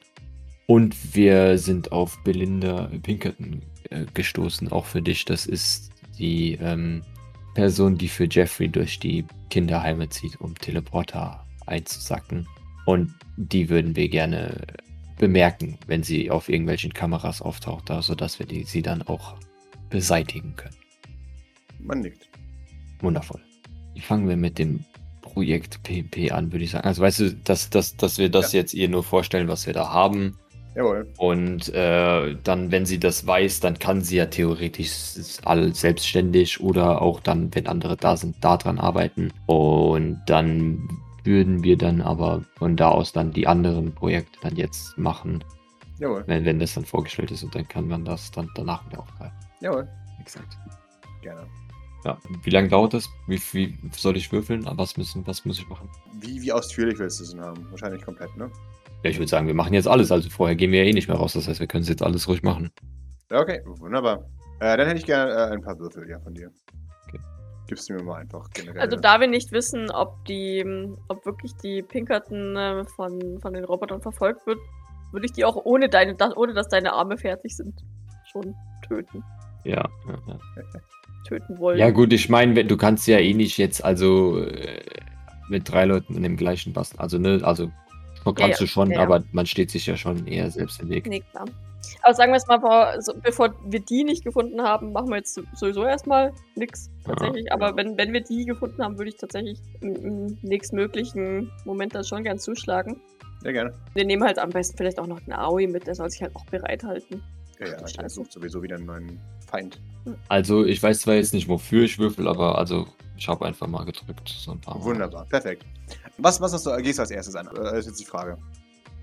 Speaker 3: Und wir sind auf Belinda Pinkerton äh, gestoßen, auch für dich. Das ist die ähm, Person, die für Jeffrey durch die Kinderheime zieht, um Teleporter einzusacken. Und die würden wir gerne bemerken, wenn sie auf irgendwelchen Kameras auftaucht, da, sodass wir die, sie dann auch beseitigen können.
Speaker 1: Man nickt.
Speaker 3: Wundervoll. Fangen wir mit dem Projekt PMP an, würde ich sagen. Also weißt du, dass, dass, dass wir das jetzt ihr nur vorstellen, was wir da haben.
Speaker 1: Jawohl.
Speaker 3: Und äh, dann, wenn sie das weiß, dann kann sie ja theoretisch s- all selbstständig oder auch dann, wenn andere da sind, daran arbeiten. Und dann würden wir dann aber von da aus dann die anderen Projekte dann jetzt machen,
Speaker 1: Jawohl.
Speaker 3: wenn, wenn das dann vorgestellt ist und dann kann man das dann danach wieder aufgreifen.
Speaker 1: Jawohl.
Speaker 3: Exakt.
Speaker 1: Gerne.
Speaker 3: Ja, wie lange dauert das? Wie, wie soll ich würfeln? Was, müssen, was muss ich machen?
Speaker 1: Wie, wie ausführlich willst du es denn haben? Wahrscheinlich komplett, ne?
Speaker 3: Ja, ich würde sagen, wir machen jetzt alles. Also vorher gehen wir ja eh nicht mehr raus. Das heißt, wir können es jetzt alles ruhig machen.
Speaker 1: Ja, Okay, wunderbar. Äh, dann hätte ich gerne äh, ein paar Würfel ja, von dir.
Speaker 3: Okay.
Speaker 1: Gibst du mir mal einfach generell.
Speaker 2: Also
Speaker 3: genau.
Speaker 2: da wir nicht wissen, ob die, ähm, ob wirklich die Pinkerton äh, von, von den Robotern verfolgt wird, würde ich die auch ohne deine, da- ohne dass deine Arme fertig sind, schon töten,
Speaker 3: Ja. Ja, ja.
Speaker 2: töten wollen.
Speaker 3: ja gut, ich meine, wenn- du kannst ja eh nicht jetzt also äh, mit drei Leuten in dem gleichen Bast. Also, ne, also kannst
Speaker 2: Ja, ja.
Speaker 3: du schon,
Speaker 2: Ja, ja.
Speaker 3: aber man steht sich ja schon eher selbst im Weg.
Speaker 2: Nee, klar. Aber sagen wir es mal, vor, so, bevor wir die nicht gefunden haben, machen wir jetzt sowieso erstmal nix tatsächlich. Aber
Speaker 1: genau.
Speaker 2: wenn, wenn wir die gefunden haben, würde ich tatsächlich im, im nächstmöglichen Moment dann schon gern zuschlagen.
Speaker 1: ja, gerne.
Speaker 2: Wir nehmen halt am besten vielleicht auch noch den Aoi mit, der soll sich halt auch bereithalten.
Speaker 1: Ja, ja, der
Speaker 2: Scheiße.
Speaker 1: sucht sowieso wieder einen neuen Feind.
Speaker 3: Also, ich weiß zwar jetzt nicht, wofür ich würfel, aber also ich habe einfach mal gedrückt. So ein paar mal.
Speaker 1: Wunderbar, perfekt. Was, was hast du, gehst du als erstes an? Äh, ist jetzt die Frage.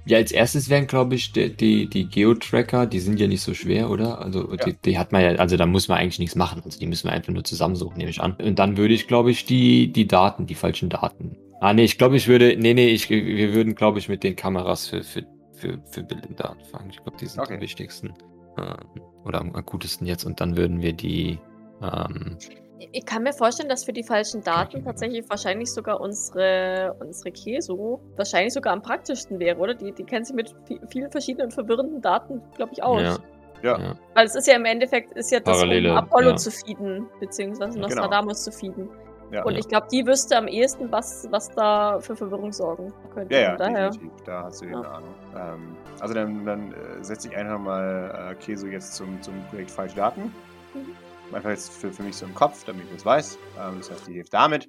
Speaker 3: Ja, als erstes wären, glaube ich, die, die, die Geo-Tracker, die sind ja nicht so schwer, oder? Also
Speaker 1: Ja.
Speaker 3: die, die hat man ja, also da muss man eigentlich nichts machen. Also die müssen wir einfach nur zusammensuchen, nehme ich an. Und dann würde ich, glaube ich, die, die Daten, die falschen Daten. Ah, nee, ich glaube, ich würde, nee, nee, ich, wir würden, glaube ich, mit den Kameras für, für, für, für Belinda anfangen. Ich glaube, die sind
Speaker 1: Okay.
Speaker 3: am wichtigsten. ähm, Oder am akutesten jetzt. Und dann würden wir die, ähm,
Speaker 2: Ich kann mir vorstellen, dass für die falschen Daten
Speaker 3: Klar.
Speaker 2: tatsächlich wahrscheinlich sogar unsere, unsere Keso wahrscheinlich sogar am praktischsten wäre, oder? Die, die kennt sich mit vi- vielen verschiedenen verwirrenden Daten, glaube ich, aus.
Speaker 3: Ja.
Speaker 1: Ja.
Speaker 3: Ja.
Speaker 2: Weil es ist ja im Endeffekt ist ja das,
Speaker 3: Parallele,
Speaker 2: um Apollo
Speaker 3: ja.
Speaker 2: zu feeden, beziehungsweise
Speaker 1: Genau.
Speaker 2: Nostradamus zu feeden.
Speaker 1: Ja,
Speaker 2: Und
Speaker 3: Ja.
Speaker 2: ich glaube, die wüsste am ehesten, was, was da für Verwirrung sorgen könnte.
Speaker 1: ja, ja
Speaker 2: Von daher.
Speaker 1: definitiv. Da hast du
Speaker 2: Ja.
Speaker 1: eine Ahnung. Ähm, also dann, dann äh, setze ich einfach mal äh, Keso jetzt zum, zum Projekt Falsch Daten.
Speaker 2: Mhm.
Speaker 1: Einfach jetzt für, für mich so im Kopf, damit ich das weiß. Ähm, das heißt, die hilft damit.